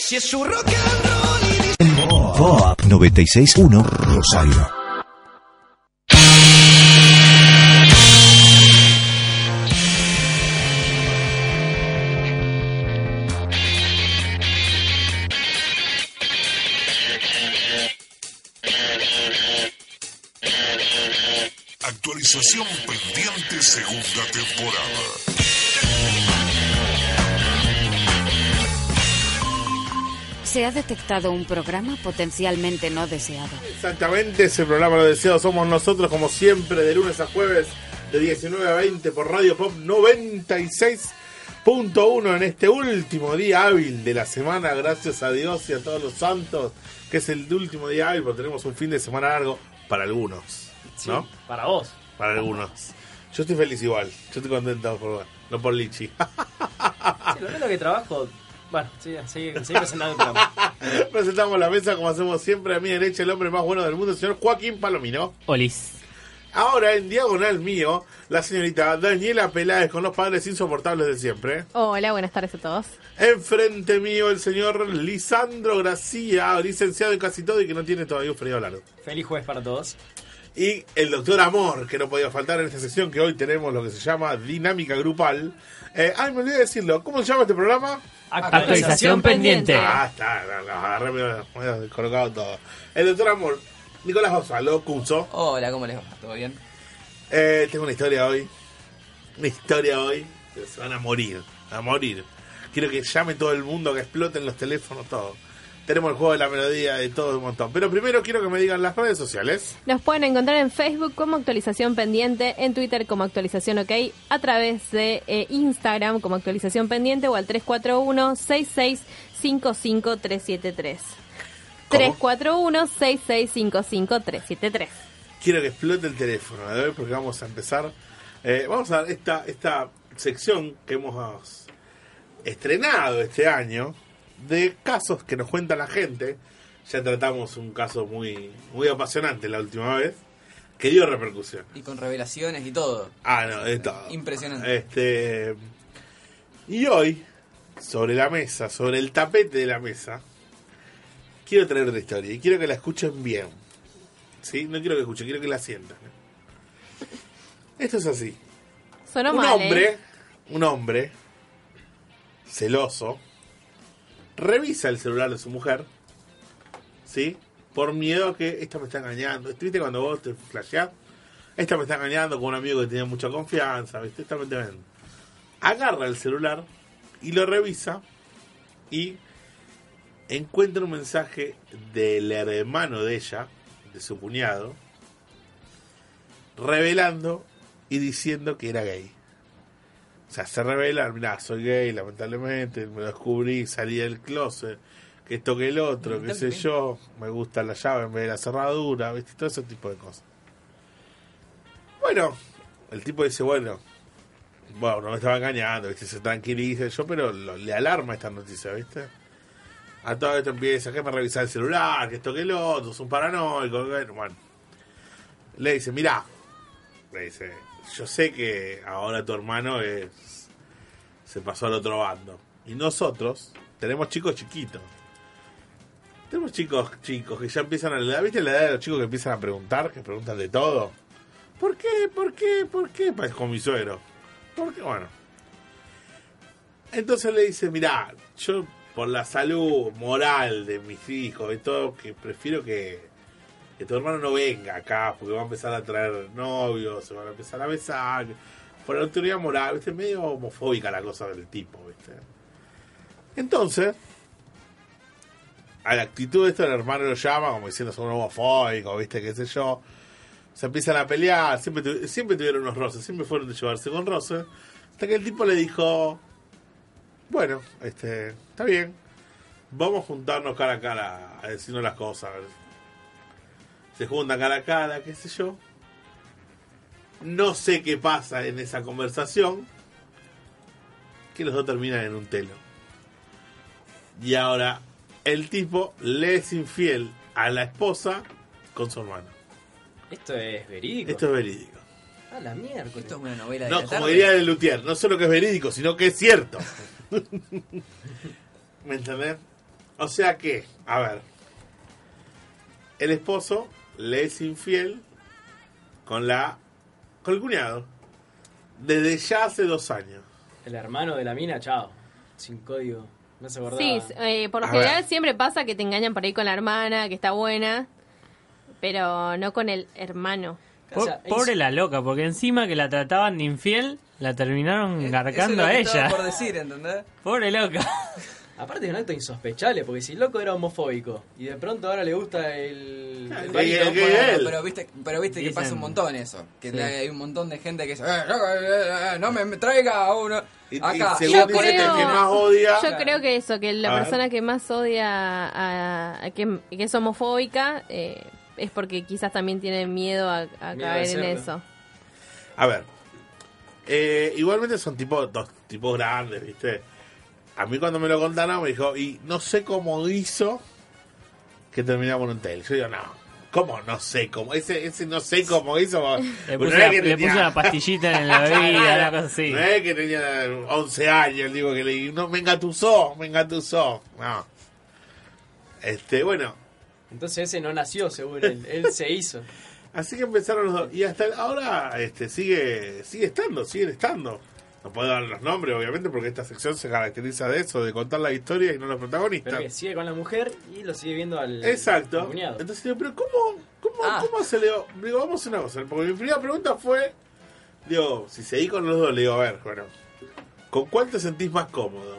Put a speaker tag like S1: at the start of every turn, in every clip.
S1: Si es su rock and roll y dis-
S2: Pop 961 Rosario.
S3: Actualización pendiente segunda temporada.
S4: Se ha detectado un programa potencialmente no deseado.
S5: Exactamente, ese programa lo deseado somos nosotros, como siempre, de lunes a jueves, de 19 a 20 por Radio Pop 96.1 en este último día hábil de la semana, gracias a Dios y a todos los santos, que es el último día hábil, porque tenemos un fin de semana largo para algunos, ¿no?
S6: Para vos.
S5: Para algunos. Yo estoy feliz igual, yo estoy contento por no por Lichi. Ah.
S6: Sí, lo menos que trabajo. Bueno, sí, sigue, sigue presentando el programa.
S5: Presentamos la mesa como hacemos siempre, a mi derecha el hombre más bueno del mundo, el señor Joaquín Palomino.
S7: Olis.
S5: Ahora en diagonal mío, la señorita Daniela Peláez con los padres insoportables de siempre.
S8: Hola, buenas tardes a todos.
S5: Enfrente mío el señor Lisandro Gracia, licenciado en casi todo y que no tiene todavía un frío largo.
S6: Feliz jueves para todos.
S5: Y el doctor Amor, que no podía faltar en esta sección que hoy tenemos lo que se llama dinámica grupal. Eh, ay, me olvidé decirlo. ¿Cómo se llama este programa?
S7: Actualización pendiente.
S5: Ah, está, no, no, agarré, me- me he colocado todo. El doctor Amor, Nicolás Osvaldo, Cuso.
S9: Hola, ¿cómo les va? ¿Todo bien?
S5: Eh, tengo una historia hoy. Una historia hoy. que Se van a morir. A morir. Quiero que llame todo el mundo, que exploten los teléfonos, todo. Tenemos el juego de la melodía y todo un montón. Pero primero quiero que me digan las redes sociales.
S8: Nos pueden encontrar en Facebook como actualización pendiente, en Twitter como actualización ok, a través de eh, Instagram como actualización pendiente o al 341-6655373.
S5: ¿Cómo?
S8: 341-6655373.
S5: Quiero que explote el teléfono de hoy porque vamos a empezar. eh, vamos a dar esta, esta sección que hemos estrenado este año de casos que nos cuenta la gente. Ya tratamos un caso muy, muy apasionante la última vez que dio repercusión.
S9: Y con revelaciones y todo.
S5: Ah, no, de todo.
S9: Impresionante.
S5: Este, y hoy, sobre la mesa, sobre el tapete de la mesa, quiero traer una historia y quiero que la escuchen bien. ¿Sí? No quiero que escuchen, quiero que la sientan. Esto es así.
S8: Sonó
S5: un
S8: mal, ¿eh?
S5: hombre, un hombre, celoso, revisa el celular de su mujer, ¿sí? Por miedo a que esta me está engañando. ¿Viste cuando vos te flasheás? Esta me está engañando con un amigo que tiene mucha confianza, ¿viste? Esta me está engañando. Agarra el celular y lo revisa y encuentra un mensaje del hermano de ella, de su cuñado, revelando y diciendo que era gay. O sea, se revela, mirá, soy gay, lamentablemente, me lo descubrí, salí del closet, que esto que el otro, que sé yo, me gusta la llave en vez de la cerradura, ¿viste? Todo ese tipo de cosas. Bueno, el tipo dice, bueno, bueno, no me estaba engañando, ¿viste? Se tranquiliza yo, pero lo- le alarma esta noticia, ¿viste? A todo esto empieza, que me revisar el celular, que esto que el otro, es un paranoico, bueno, bueno. Le dice, mirá, le dice, yo sé que ahora tu hermano es, se pasó al otro bando. Y nosotros tenemos chicos chiquitos. Tenemos chicos chicos que ya empiezan a la edad, ¿viste la edad de los chicos que empiezan a preguntar, que preguntan de todo? ¿Por qué? ¿Por qué? ¿Por qué? Pues con mi suegro. ¿Por qué? Bueno. Entonces le dice, mirá, yo por la salud moral de mis hijos y todo, que prefiero que, que tu hermano no venga acá, porque va a empezar a traer novios, se van a empezar a besar, por la autoridad moral, viste, medio homofóbica la cosa del tipo, viste. Entonces, a la actitud de esto el hermano lo llama como diciendo son homofóbico, viste, qué sé yo. Se empiezan a pelear, siempre, tu- siempre tuvieron unos roces, siempre fueron de llevarse con roces. Hasta que el tipo le dijo, bueno, este, está bien. Vamos a juntarnos cara a cara a decirnos las cosas. Se juntan cara a cara, qué sé yo. No sé qué pasa en esa conversación. Que los dos terminan en un telo. Y ahora el tipo le es infiel a la esposa con su hermano.
S6: Esto es verídico.
S5: Esto es verídico.
S6: Ah, la mierda.
S9: Esto es una novela de
S5: No,
S9: la
S5: como
S9: tarde.
S5: diría el Lutier, no solo que es verídico, sino que es cierto. ¿Me entendés? O sea que, a ver, el esposo le es infiel con la con el cuñado desde ya hace dos años.
S6: El hermano de la mina, chao. Sin código. No se acordaba.
S8: Sí, eh, por lo
S5: A
S8: general
S5: ver.
S8: siempre pasa que te engañan por ahí con la hermana, que está buena, pero no con el hermano.
S7: Po-
S6: O sea, es-
S7: pobre la loca, porque encima que la trataban de infiel, la terminaron
S9: Eh, Eso es
S7: garcando
S9: lo
S7: a
S9: que estaba
S7: ella.
S9: por decir, ¿entendés?
S7: Pobre loca.
S6: Aparte es un acto insospechable, porque si el loco era homofóbico y de pronto ahora le gusta el...
S9: Ah,
S5: Claro,
S6: el
S5: que-
S6: marido,
S5: que-
S6: bueno,
S5: Él.
S9: Pero viste, pero viste que
S7: Dicen-
S9: pasa un montón eso. Que
S7: Sí.
S9: hay un montón de gente que dice, "Eh, no, eh, eh, no me, me traiga a uno.
S5: Y- y
S9: Acá,
S5: según dicen
S8: Yo
S5: que
S8: creo-
S5: el que más odia,
S8: Yo creo que eso, que la
S5: A ver.
S8: persona que más odia a, a- que, que es homofóbica eh, es porque quizás también tiene miedo a, a
S6: Miedo de
S8: caer en
S6: serlo.
S8: eso.
S5: a ver, eh, igualmente son tipos dos tipos grandes, viste. A mí cuando me lo contaron me dijo y no sé cómo hizo que terminamos en un tel. Yo digo no. ¿Cómo? No sé cómo. Ese, ese no sé cómo hizo.
S7: Le
S5: Bueno,
S7: puso,
S5: no es
S7: la-
S5: que
S7: le
S5: tenía-
S7: puso una pastillita en la bebida, una cosa así.
S5: No es que tenía 11 años, digo que le no, me engatusó, me engatusó. No. Este, bueno,
S6: Entonces ese no nació, seguro. Él, él se hizo.
S5: así que empezaron los dos. Y hasta ahora este, sigue sigue estando, siguen estando. No puedo dar los nombres, obviamente, porque esta sección se caracteriza de eso, de contar la historia y no los
S6: Pero
S5: protagonistas.
S6: que sigue con la mujer y lo sigue viendo al, al
S5: Exacto.
S6: cuñado.
S5: Entonces digo, pero ¿cómo, cómo,
S9: Ah.
S5: cómo se le... Digo, vamos a hacer una cosa. Porque mi primera pregunta fue, digo, si seguí con los dos, le digo, a ver, bueno, ¿con cuál te sentís más cómodo?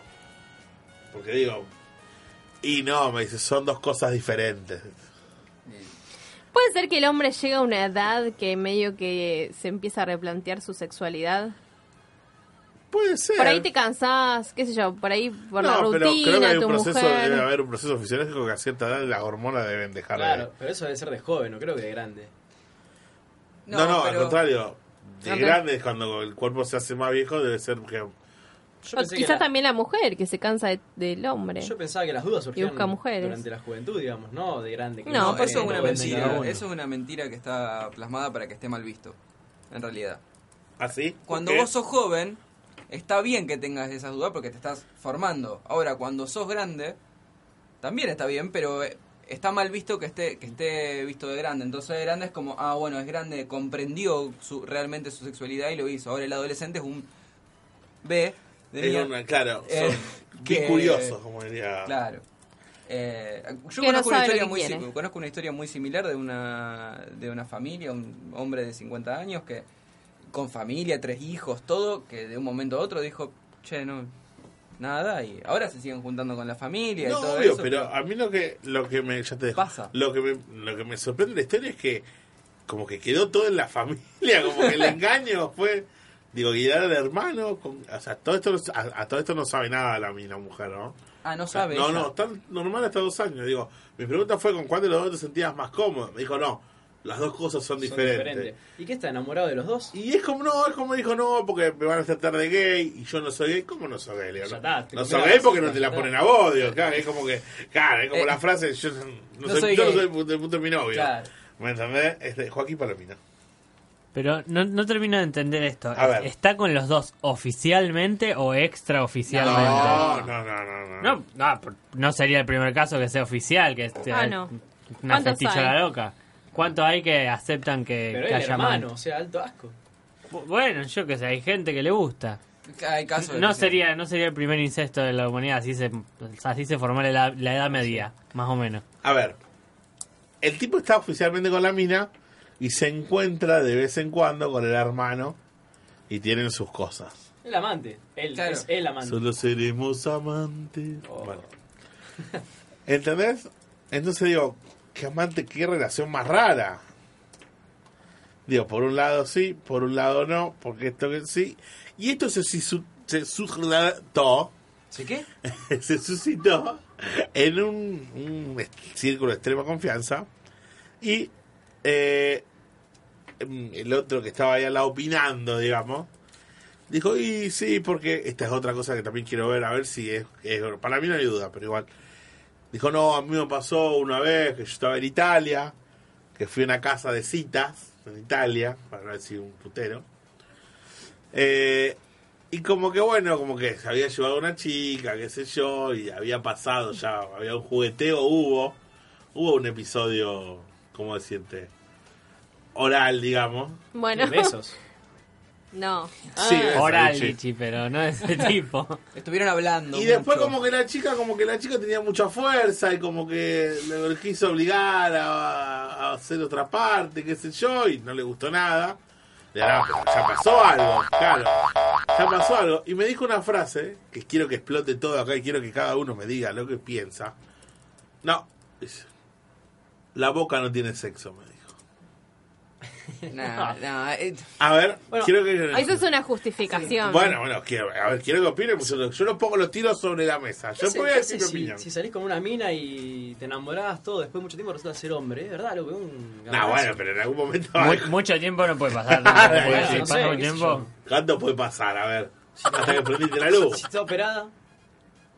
S5: Porque digo, y no, me dice, son dos cosas diferentes.
S8: Puede ser que el hombre llegue a una edad que medio que se empieza a replantear su sexualidad.
S5: Puede ser.
S8: Por ahí te cansás, qué sé yo, por ahí por la
S5: no, pero creo que
S8: rutina,
S5: hay
S8: tu
S5: un proceso,
S8: mujer.
S5: debe haber un proceso fisiológico que a cierta edad las hormonas deben dejar de-
S6: Claro, pero eso debe ser de joven, no creo que de grande.
S5: No, no, al
S9: pero
S5: contrario. De
S8: Ah, pero-
S5: grande es cuando el cuerpo se hace más viejo, debe ser que
S6: Yo
S8: O
S6: pensé que
S8: quizás
S6: la-
S8: también la mujer que se cansa de- del hombre.
S6: Yo pensaba que las dudas surgían
S8: busca mujeres.
S6: durante la juventud, digamos, no de grande. que
S8: No,
S9: No,
S8: por
S9: eso es una
S8: supuesto.
S9: mentira.
S6: Bueno.
S9: Eso es una mentira que está plasmada para que esté mal visto. En realidad.
S5: así.
S9: Cuando
S5: ¿Qué?
S9: vos sos joven, está bien que tengas esas dudas porque te estás formando. Ahora, cuando sos grande, también está bien, pero eh, está mal visto que esté, que esté visto de grande. Entonces, de grande es como, ah, bueno, es grande, comprendió su- realmente su sexualidad y lo hizo. Ahora, el adolescente es un B de
S5: Es
S9: mía.
S5: una- claro,
S9: Eh,
S5: son
S9: que-
S5: curiosos, como diría.
S9: Claro. Eh, yo
S8: Que no
S9: conozco
S8: sabe lo
S9: una, historia
S8: que
S9: muy,
S8: quiere.
S9: sim- conozco una historia muy similar de una, de una familia, un hombre de 50 años que con familia, tres hijos, todo, que de un momento a otro dijo, che, no, nada, y ahora se siguen juntando con la familia
S5: No,
S9: y todo
S5: obvio,
S9: eso.
S5: pero a mí lo que, lo que me. Ya te dejo.
S9: Pasa.
S5: Lo que, me, lo que me sorprende de la historia es que, como que quedó todo en la familia, como que el engaño fue. Digo, guiar al hermano. con- o sea, todo esto, no- a, a todo esto no sabe nada la mina mujer, ¿no?
S9: Ah, no
S5: O sea,
S9: sabe.
S5: no,
S9: ella.
S5: no, tan normal hasta dos años. Digo, mi pregunta fue: ¿con cuál de los dos te sentías más cómodo? Me dijo, no, las dos cosas son,
S6: Son
S5: diferentes.
S6: diferentes. ¿Y qué está enamorado de los dos?
S7: Eh,
S5: Y es como, no, es como dijo, no, porque me van a tratar de gay y yo no soy gay. ¿Cómo no soy gay, Leo?
S6: Ya está, te
S5: no
S6: comí
S5: soy
S6: la
S5: gay porque
S6: basura,
S5: no te la
S6: ya
S5: ponen
S6: está.
S5: a vos, digo, claro, es como que, claro, es como
S9: Eh,
S5: la frase, yo no, no
S9: no
S5: soy,
S9: soy
S5: yo no
S9: gay.
S5: soy pu- de puto de mi novio.
S6: Claro.
S5: ¿Me entendés? Este, Joaquín Palomino.
S7: Pero no, no termino de entender esto.
S5: A ver.
S7: ¿Está con los dos oficialmente o extraoficialmente?
S5: No, no, no, no. no.
S7: Ah. No, no, por- no sería el primer caso que sea oficial, que sea
S8: Ah, no.
S7: una
S8: ¿Cuántos
S7: feticha
S8: hay?
S7: la loca. ¿Cuántos hay que aceptan que,
S6: Pero
S7: que
S6: el
S7: haya
S6: hermano,
S7: amante?
S6: o sea, alto asco.
S7: Bu- Bueno, yo que sé, hay gente que le gusta.
S9: Hay casos de
S7: No
S9: que sí.
S7: sería, no sería el primer incesto de la humanidad, así se, así se formó la, edad- la Edad Media, más o menos.
S5: A ver, el tipo está oficialmente con la mina y se encuentra de vez en cuando con el hermano y tienen sus cosas.
S6: El amante. Él
S9: Claro.
S6: es el
S7: Ah,
S6: amante.
S5: Solo seremos amantes.
S6: Oh.
S5: Bueno. ¿Entendés? Entonces digo, qué amante, qué relación más rara. Digo, por un lado sí, por un lado no, porque esto que sí. Y esto se, sisu- se, sujetó-
S6: ¿Sí qué?
S5: se suscitó en un, un est- círculo de extrema confianza. Y eh, em, el otro que estaba ahí al lado opinando, digamos, dijo, y sí, porque esta es otra cosa que también quiero ver, a ver si es, es- Para mí no hay duda, pero igual. Dijo, no, a mí me pasó una vez que yo estaba en Italia, que fui a una casa de citas en Italia, para no decir un putero. Eh, Y como que bueno, como que se había llevado una chica, qué sé yo, y había pasado ya, había un jugueteo, hubo, hubo un episodio, ¿cómo decirte? Oral, digamos.
S8: Bueno,
S6: De besos.
S8: no.
S5: Sí, esa,
S7: Ah, Oral,
S5: Vichy.
S7: Vichy, pero no de ese tipo.
S9: Estuvieron hablando.
S5: Y después
S9: mucho.
S5: como que la chica, como que la chica tenía mucha fuerza y como que le quiso obligar a, a hacer otra parte, qué sé yo, y no le gustó nada. Le daba, pero ya pasó algo, claro. Ya pasó algo. Y me dijo una frase que quiero que explote todo acá y quiero que cada uno me diga lo que piensa. No, dice, la boca no tiene sexo, me dijo.
S9: Nah, nah, eh,
S5: A ver,
S6: Bueno,
S5: quiero que...
S8: Eso es una justificación.
S5: Bueno, bueno, quiero, a ver, quiero que opine, pues yo, yo lo pongo los tiros sobre la mesa. Yo
S6: sé,
S5: voy a
S6: qué
S5: decir
S6: sé
S5: mi
S6: si,
S5: opinión.
S6: si salís con una mina y te enamorás todo, después de mucho tiempo resulta ser hombre, es verdad, loco, es un
S5: No,
S6: garbazo.
S5: Ah, bueno, pero en algún momento...
S7: Mu- mucho tiempo no puede pasar.
S5: Ah,
S7: tampoco, porque
S5: no
S7: si
S5: sé,
S7: pasa un
S6: qué sé
S7: tiempo.
S6: yo.
S5: ¿Cuánto puede pasar? A ver. Hasta que prendiste la luz.
S6: Si está operada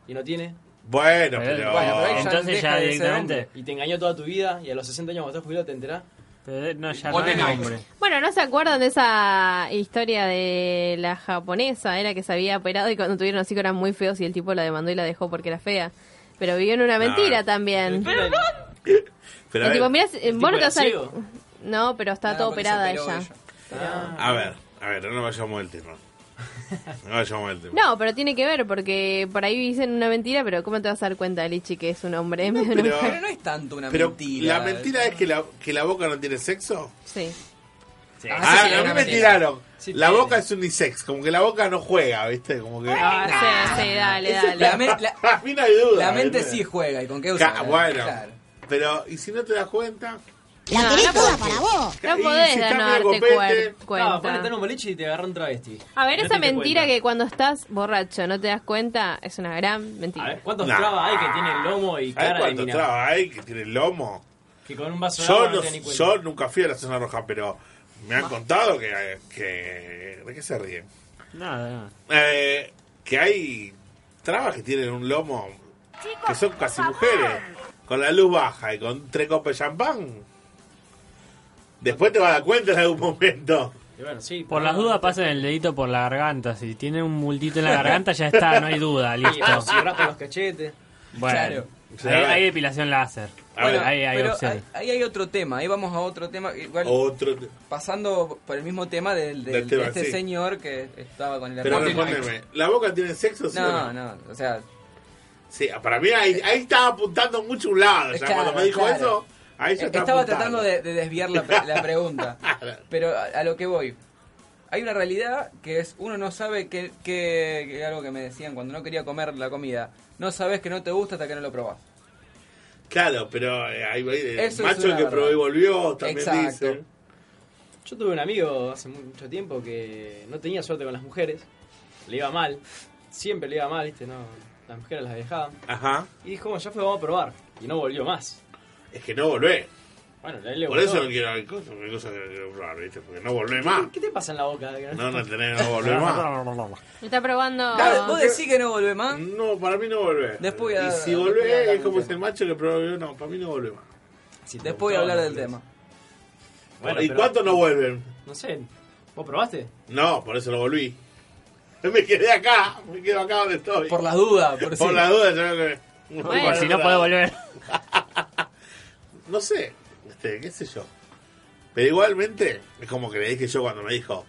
S6: y no tiene,
S5: Bueno,
S7: pero-
S5: pero.
S9: Eh, bueno, pero ahí ya
S7: entonces
S9: deja
S7: ya
S9: de ser
S7: directamente.
S6: y te engañó toda tu vida y a los 60 años cuando estás jubilado te enterás.
S7: pero no, ya no
S9: Ponele
S7: es
S9: ahí.
S7: hombre.
S8: Bueno, ¿no se acuerdan de esa historia de la japonesa? Era que se había operado y cuando tuvieron hijos eran muy feos y el tipo la demandó y la dejó porque era fea. Pero vivió en una mentira
S5: No.
S8: también.
S6: Pero
S5: pero a,
S8: El tipo,
S5: ver,
S8: mirá, si-
S6: tipo
S8: vos no te
S6: era
S8: vas a-
S6: ciego. Ah,
S8: No, pero está
S9: nah,
S8: toda
S9: porque se
S8: operada
S9: operó
S8: ella.
S9: Ah.
S5: a ver, a ver, no nos vayamos del tema. No vayamos del tema.
S8: No, pero tiene que ver porque por ahí dicen una mentira, pero ¿cómo te vas a dar cuenta, Lichi, que es un hombre? en vez de una
S5: pero-
S8: mujer?
S9: Pero no es tanto una
S5: pero
S9: mentira.
S5: la mentira es que la, que la boca no tiene sexo.
S8: Sí.
S5: Ah,
S9: sí,
S5: a
S9: es
S5: mí
S9: una
S5: me
S9: mentira.
S5: tiraron.
S6: Sí,
S5: la
S6: tiene.
S5: boca es unisex, como que la boca no juega, ¿viste? Como que.
S6: Ah,
S8: Sí, sí, dale,
S5: Esa es
S8: dale.
S9: Ah, La me- la-
S5: a mí no hay duda.
S9: La mente
S5: ¿viste?
S9: sí juega, ¿y con qué
S5: Ca-
S9: usar?
S5: Bueno,
S9: Claro.
S5: pero ¿y si no te das cuenta?
S1: La querés toda para vos.
S8: No
S5: Y
S8: podés
S5: si está
S8: dar- no
S5: medio
S8: darte
S5: copete.
S8: cuer-
S6: No, Ah, ponete en
S8: cuenta.
S6: un boliche y te agarró un travesti.
S8: A ver,
S6: No
S8: esa
S6: te diste
S8: mentira
S6: cuenta.
S8: que cuando estás borracho no te das cuenta es una gran
S6: A ver,
S8: mentira.
S6: ¿cuántos
S5: Nah.
S6: trabas hay que tiene el lomo y
S5: ¿Sabes
S6: cara de
S5: cuánto
S6: mina?
S5: traba hay que tiene el lomo?
S6: Que con un vaso de
S5: Yo,
S6: agua
S5: no-
S6: te das ni cuenta.
S5: yo nunca fui a la zona roja, pero me han contado que, que- ¿De qué se ríen?
S7: Nada, nada.
S5: Eh, que hay trabas que tienen un lomo que son casi mujeres, con la luz baja y con tres copas de champán. Después te vas a dar cuenta en algún momento.
S6: Y bueno, sí,
S7: Por
S6: pero-
S7: las dudas pasen el dedito por la garganta. Si tiene un multito en la garganta ya está, no hay duda,
S6: Sí, o
S7: listo.
S6: si raspa los cachetes.
S7: Bueno,
S5: Claro.
S7: hay, hay depilación láser.
S5: A ver,
S9: Bueno,
S7: hay, hay
S9: pero ah,
S7: opciones.
S9: ahí- ahí hay otro tema, ahí vamos a otro tema. Igual,
S5: Otro. te-
S9: pasando por el mismo tema del, del-
S5: Del tema,
S9: de este
S5: sí.
S9: señor que estaba con el
S5: Pero
S9: hermano.
S5: respóndeme, ¿la boca tiene sexo? sí o
S9: No, no, o sea,
S5: Sí, para mí ahí, ahí estaba apuntando mucho a un lado. ya
S9: Claro,
S5: cuando me dijo
S9: claro.
S5: eso, ahí ya estaba
S9: eh, estaba
S5: apuntando.
S9: tratando de, de desviar la, pre- la pregunta. Pero a, a lo que voy. Hay una realidad que es, uno no sabe que, que, que algo que me decían cuando no quería comer la comida, no sabes que no te gusta hasta que no lo probás.
S5: Claro, pero eh, ahí va el
S9: Eso es
S5: macho
S9: una
S5: que
S9: verdad.
S5: probó y volvió, también
S9: Exacto.
S5: dicen.
S6: Yo tuve un amigo hace mucho tiempo que no tenía suerte con las mujeres. Le iba mal. Siempre le iba mal, ¿viste? No, las mujeres las dejaban.
S5: Ajá.
S6: Y dijo, bueno, ya fue, vamos a probar. Y no volvió más.
S5: Es que no volvé.
S6: Bueno, a él le
S5: Por
S6: gustó.
S5: eso no quiero hay cosas, hay cosas que no quiero probar, ¿viste? Porque no volvé más.
S6: ¿Qué te pasa en la boca?
S5: No, no tenés, no volvé más.
S8: Me está probando.
S9: Vos- Vos decís que no volvés más.
S5: No, para mí no volvé.
S9: Después voy a-
S5: y si
S9: después voy a
S5: volvé,
S9: hablar
S5: es como
S9: del
S5: es el macho que probó, no, para mí no volvé más.
S6: Si te
S9: Después voy a
S6: gustó,
S9: hablar
S6: no
S9: del
S6: volvés.
S9: tema.
S6: Bueno,
S5: ¿Y
S6: pero-
S5: cuántos no vuelven?
S6: No sé. ¿Vos probaste?
S5: No, por eso lo volví. Me quedé acá, me quedo acá donde estoy.
S9: Por las dudas, por,
S5: Por
S9: si-
S5: la duda, yo creo que-
S7: Y por si no puede volver.
S5: No sé, este, qué sé yo. Pero igualmente, es como que le dije yo cuando me dijo,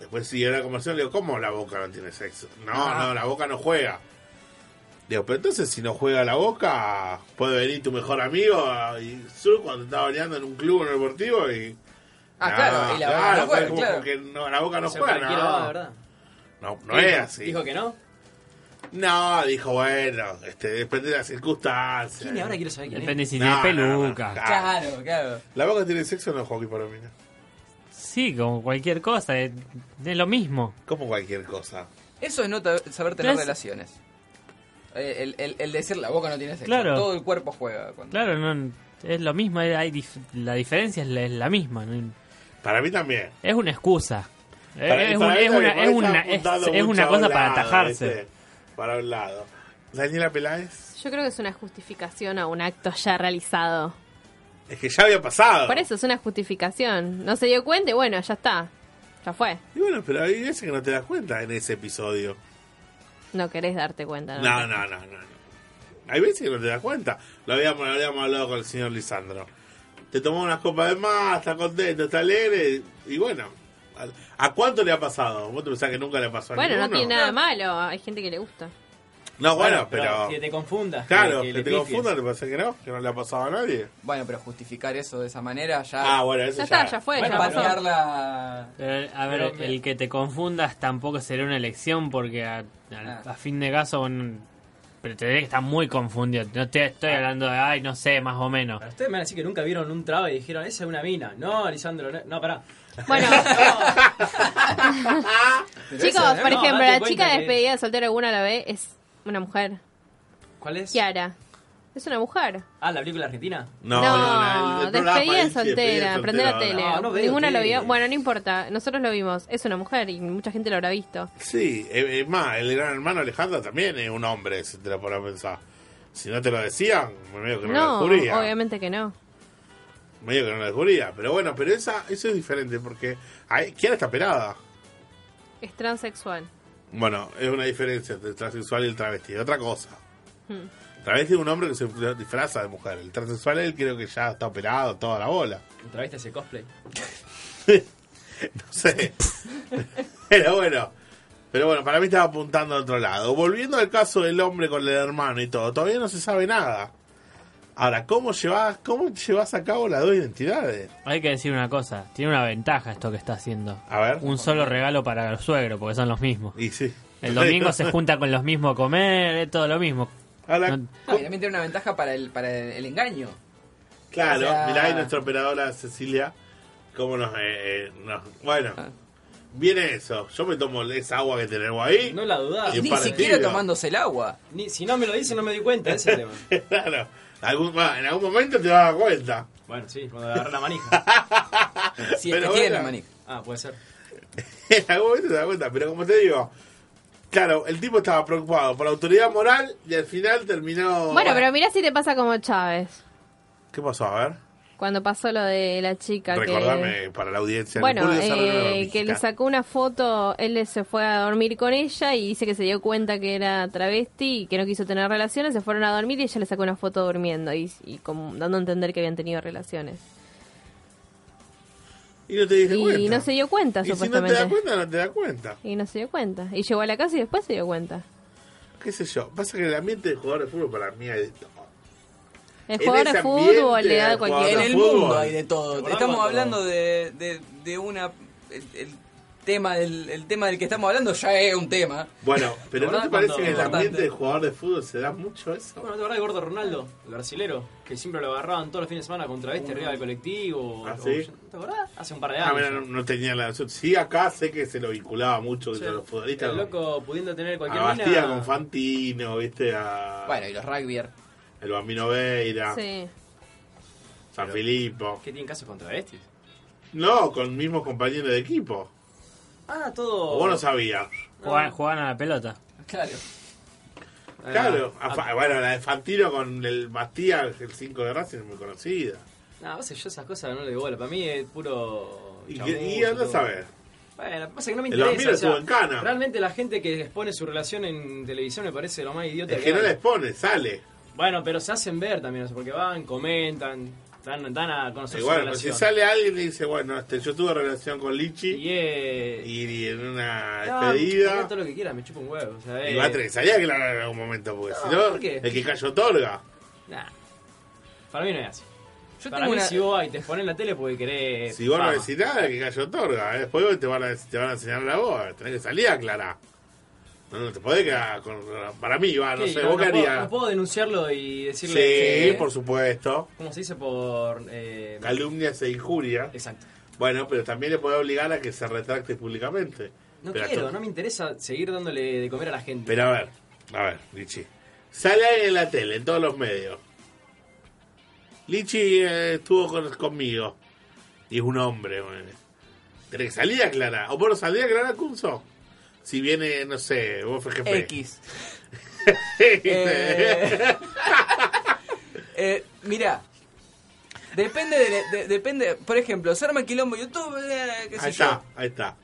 S5: después siguió la conversación, le digo, ¿cómo la boca no tiene sexo? No, no, la boca no juega. Digo, pero entonces si no juega la boca, puede venir tu mejor amigo y Sur cuando estaba bailando en un club en el deportivo y.
S9: Ah,
S5: No,
S9: claro, y la boca no juega,
S5: como
S9: claro.
S5: que no, la boca no
S6: Se
S5: juega,
S6: cualquiera va,
S5: no.
S6: ¿verdad?
S5: No, no es así.
S6: Dijo que no.
S5: No, dijo, bueno, este, depende de las circunstancias.
S6: ¿Quién ahora quiero saber quién
S7: Depende
S6: es?
S7: si
S5: No,
S7: tiene
S5: no, no, no,
S7: peluca.
S5: claro.
S9: Claro, claro.
S5: La boca tiene sexo no, Joaquín, para mí. ¿no?
S7: Sí, como cualquier cosa. Es, es lo mismo.
S5: Como cualquier cosa.
S9: Eso es no ta- saber tener
S7: No es-
S9: relaciones. Eh, El, el- el decir la boca no tiene sexo.
S7: Claro.
S9: Todo el cuerpo juega. cuando-
S7: Claro, no, es lo mismo. hay- hay dif- la diferencia es la, es la misma. no-
S5: Para mí también.
S7: Es una excusa.
S5: Para-
S7: Eh, es,
S5: para
S7: un-
S5: mí
S7: es
S5: también,
S7: una,
S5: por
S7: es
S5: ahí
S7: una,
S5: está
S7: es,
S5: apuntado
S7: es
S5: mucho
S7: una
S5: a un
S7: cosa para
S5: lado,
S7: atajarse.
S5: ¿viste? Para un lado. Daniela Peláez.
S8: Yo creo que es una justificación a un acto ya realizado.
S5: Es que ya había pasado.
S8: Por eso es una justificación. No se dio cuenta y bueno, ya está. Ya fue.
S5: Y bueno, pero hay veces que no te das cuenta en ese episodio.
S8: No querés darte cuenta.
S5: No, no, no, no. Hay veces que no te das cuenta. Lo habíamos, lo habíamos hablado con el señor Lisandro. Te tomó unas copas de más, está contento, está alegre. Y bueno, ¿a, a cuánto le ha pasado? ¿Vos te pensás que nunca le pasó a
S8: Bueno, no
S5: ninguno?
S8: tiene nada malo. Hay gente que le gusta.
S5: No, bueno,
S6: Claro,
S5: pero...
S6: Que te confundas.
S5: Claro, que,
S6: le
S5: te
S6: pifies.
S5: confundan, te pensás que no, que no le ha pasado a nadie.
S9: Bueno, pero justificar eso de esa manera ya.
S5: Ah, bueno, eso
S8: Ya está, ya fue,
S9: bueno,
S8: ya pasó.
S9: patear la.
S7: Eh, a ver,
S6: Pero-
S7: el que te confundas tampoco será una elección porque a, a-
S9: Ah.
S7: a fin de caso bueno, pero te diré que está muy confundido. No te estoy hablando de, ay, no sé, más o menos.
S6: Pero ustedes me van a decir que nunca vieron un traba y dijeron, esa es una mina. No, Lisandro, no, no pará.
S8: Bueno,
S9: Pero
S8: chicos,
S9: eso, ¿no?
S8: por
S6: no,
S8: ejemplo,
S6: date
S8: la
S6: cuenta
S8: chica
S6: que-
S8: despedida de soltero alguna la ve es una mujer.
S6: ¿Cuál es?
S8: Kiara. Es una mujer.
S6: Ah, la película argentina.
S5: No, no, no, el- el programa
S8: despedida de
S5: es- sí,
S8: soltera, prende la tele.
S5: ahora.
S6: No, no veo
S8: Ninguna lo
S6: tele.
S8: vio. Bueno, no importa, nosotros lo vimos. Es una mujer y mucha gente lo habrá visto.
S5: Sí, eh, es más, el gran hermano Alejandro también es un hombre, si te lo pones a pensar. Si no te lo decían, medio que no, lo
S8: No,
S5: descubría.
S8: obviamente que no.
S5: Medio que no lo descubría. Pero bueno, pero esa, eso es diferente porque hay, Kiara está pelada.
S8: Es transexual.
S5: Bueno, es una diferencia entre el transexual y el travesti. Otra cosa.
S8: Hmm.
S5: Travesti es un hombre que se disfraza de mujer. El transexual, él creo que ya está operado, toda la bola.
S6: Otra vez te hace cosplay.
S5: sé. Pero bueno. Pero bueno, para mí estaba apuntando a otro lado. Volviendo al caso del hombre con el hermano y todo, todavía no se sabe nada. Ahora, ¿cómo llevas, cómo llevas a cabo las dos identidades?
S7: Hay que decir una cosa, tiene una ventaja esto que está haciendo.
S5: A ver.
S7: Un solo regalo para el suegro, porque son los mismos.
S5: Y sí.
S7: El domingo se junta con los mismos a comer, es todo lo mismo.
S5: Ahora,
S7: No-
S9: No, Ah, y también tiene una ventaja para el, para el, el engaño.
S5: claro,
S9: o sea-
S5: mirá ahí nuestra operadora Cecilia, cómo nos, eh, eh, nos- Bueno,
S9: Ah.
S5: viene eso. Yo me tomo esa agua que tenemos ahí.
S6: No la dudás.
S5: Y
S9: Ni
S5: para el
S9: siquiera
S5: tiro.
S9: tomándose el agua.
S6: Ni- si no me lo dice, no me doy cuenta de ese tema.
S5: claro. Algún- en algún momento te vas a dar cuenta.
S6: Bueno, sí, cuando agarré la manija.
S9: Si es
S5: Pero
S9: que tiene
S5: bueno.
S9: manija.
S6: Ah, puede ser.
S5: En algún momento te das cuenta, pero como te digo, claro, el tipo estaba preocupado por la autoridad moral y al final terminó.
S8: Bueno, pero mirá si te pasa como Chávez.
S5: ¿Qué pasó? A ver,
S8: Cuando pasó lo de la chica
S5: recordame
S8: que...
S5: para la audiencia.
S8: Bueno,
S5: Julio Serrano
S8: eh,
S5: Romita.
S8: que le sacó una foto, él se fue a dormir con ella y dice que se dio cuenta que era travesti y que no quiso tener relaciones, se fueron a dormir y ella le sacó una foto durmiendo y, y como dando a entender que habían tenido relaciones.
S5: Y no te diste
S8: y
S5: cuenta.
S8: no se dio cuenta,
S5: Y si no te
S8: supuestamente.
S5: das cuenta, no te das cuenta.
S8: Y no se dio cuenta. Y llegó a la casa y después se dio cuenta.
S5: ¿Qué sé yo? Pasa que el ambiente de jugador de fútbol para mí es de todo.
S8: El
S5: En
S8: jugador
S5: ese
S8: de fútbol
S5: ambiente
S8: le da
S5: del
S8: cualquier...
S9: En
S5: Ahora,
S9: el
S5: fútbol.
S9: mundo hay de todo.
S6: Volvamos
S9: Estamos
S6: a todo.
S9: hablando de, de, de una. El, el tema del, el tema del que estamos hablando ya es un tema.
S5: Bueno, pero ¿no
S6: ¿Verdad?
S5: te parece que en
S6: Cuando- Ah,
S5: el
S9: Importante.
S5: ambiente de jugador de fútbol se da mucho eso?
S6: Bueno, ¿te acordás de Gordo Ronaldo, el brasilero? Que siempre lo agarraban todos los fines de semana con travesti arriba del colectivo.
S5: Uh. Ah,
S6: o-
S5: ¿sí?
S6: o- ¿Te acordás? Hace un par de años.
S5: Ah, mira, no, no tenía la Sí, acá sé que se lo vinculaba mucho
S6: O sea,
S5: entre los futbolistas.
S6: el
S5: con-
S6: loco pudiendo tener
S5: a
S6: cualquier
S5: Bastida
S6: mina.
S5: con Fantino, viste, a
S9: Bueno, y los rugbyers.
S5: el Bambino Veira,
S8: Sí.
S5: San Filippo.
S6: Que tienen casos con travestis.
S5: No, con mismos compañeros de equipo.
S6: Ah, todo.
S5: O Vos no sabías. Ah.
S7: Juegan, juegan a la pelota.
S9: Claro.
S6: Ah,
S5: Claro.
S6: ah,
S5: a Fa- bueno, la de Fantino con el Bastía, el 5 de Racing, es muy conocida.
S6: No, no sé, yo esas cosas no le doy bola. Para mí es puro.
S5: Y,
S6: chamuyo,
S5: y anda a
S6: todo.
S5: saber.
S6: Bueno, lo que pasa es que no me
S5: El
S6: interesa.
S5: Bambino
S6: o sea,
S5: estuvo en Cana.
S6: Realmente la gente que expone su relación en televisión me parece lo más idiota
S5: Es que no
S6: hay.
S5: la expone, sale.
S6: Bueno, pero se hacen ver también, o sea, porque van, comentan, dan, dan a conocer
S5: Igual,
S6: su
S5: pues, si
S6: relación.
S5: sale alguien y dice, bueno, este, yo tuve relación con Lichi
S6: Y eh,
S5: y, y en una
S6: no, este hagan
S5: despedida.
S6: todo lo que quieran, me chupa un huevo. O sea,
S5: Y
S6: eh,
S5: va a tener que salir a aclarar en algún momento, porque
S6: No,
S5: si no,
S6: ¿por qué?
S5: el que cayó otorga.
S6: nah. Para mí no es así.
S9: Yo
S6: Para
S9: tengo
S6: mí
S9: una.
S6: si vos ahí te pones en la tele porque querés
S5: Si vos no
S6: fama.
S5: decís nada, el que cayó otorga. ¿eh? Después te van, a, te van a enseñar la voz, tenés que salir a aclarar. No, no te podés quedar con. Para mí, va, no
S6: ¿Qué?
S5: sé, vos qué
S6: puedo,
S5: harías.
S6: no puedo denunciarlo y decirle...
S5: Sí,
S6: que-
S5: por supuesto.
S6: ¿Cómo se dice? Por... eh,
S5: Calumnias e injurias.
S6: Exacto.
S5: Bueno, pero también le puede obligar a que se retracte públicamente.
S6: No
S5: pero
S6: quiero,
S5: esto-
S6: no me interesa seguir dándole de comer a la gente.
S5: Pero a ver, a ver, Lichi. Sale ahí en la tele, en todos los medios. Lichi eh, estuvo con- conmigo. Y es un hombre, bueno. Tenés que salir a aclarar. O bueno, salir a aclarar, Kunzo. Si viene, no sé, vos fue jefe.
S9: X. Eh, mira. Depende de, de- depende, por ejemplo, se arma quilombo YouTube, eh, qué sé
S5: ahí
S9: yo.
S5: está, ahí está.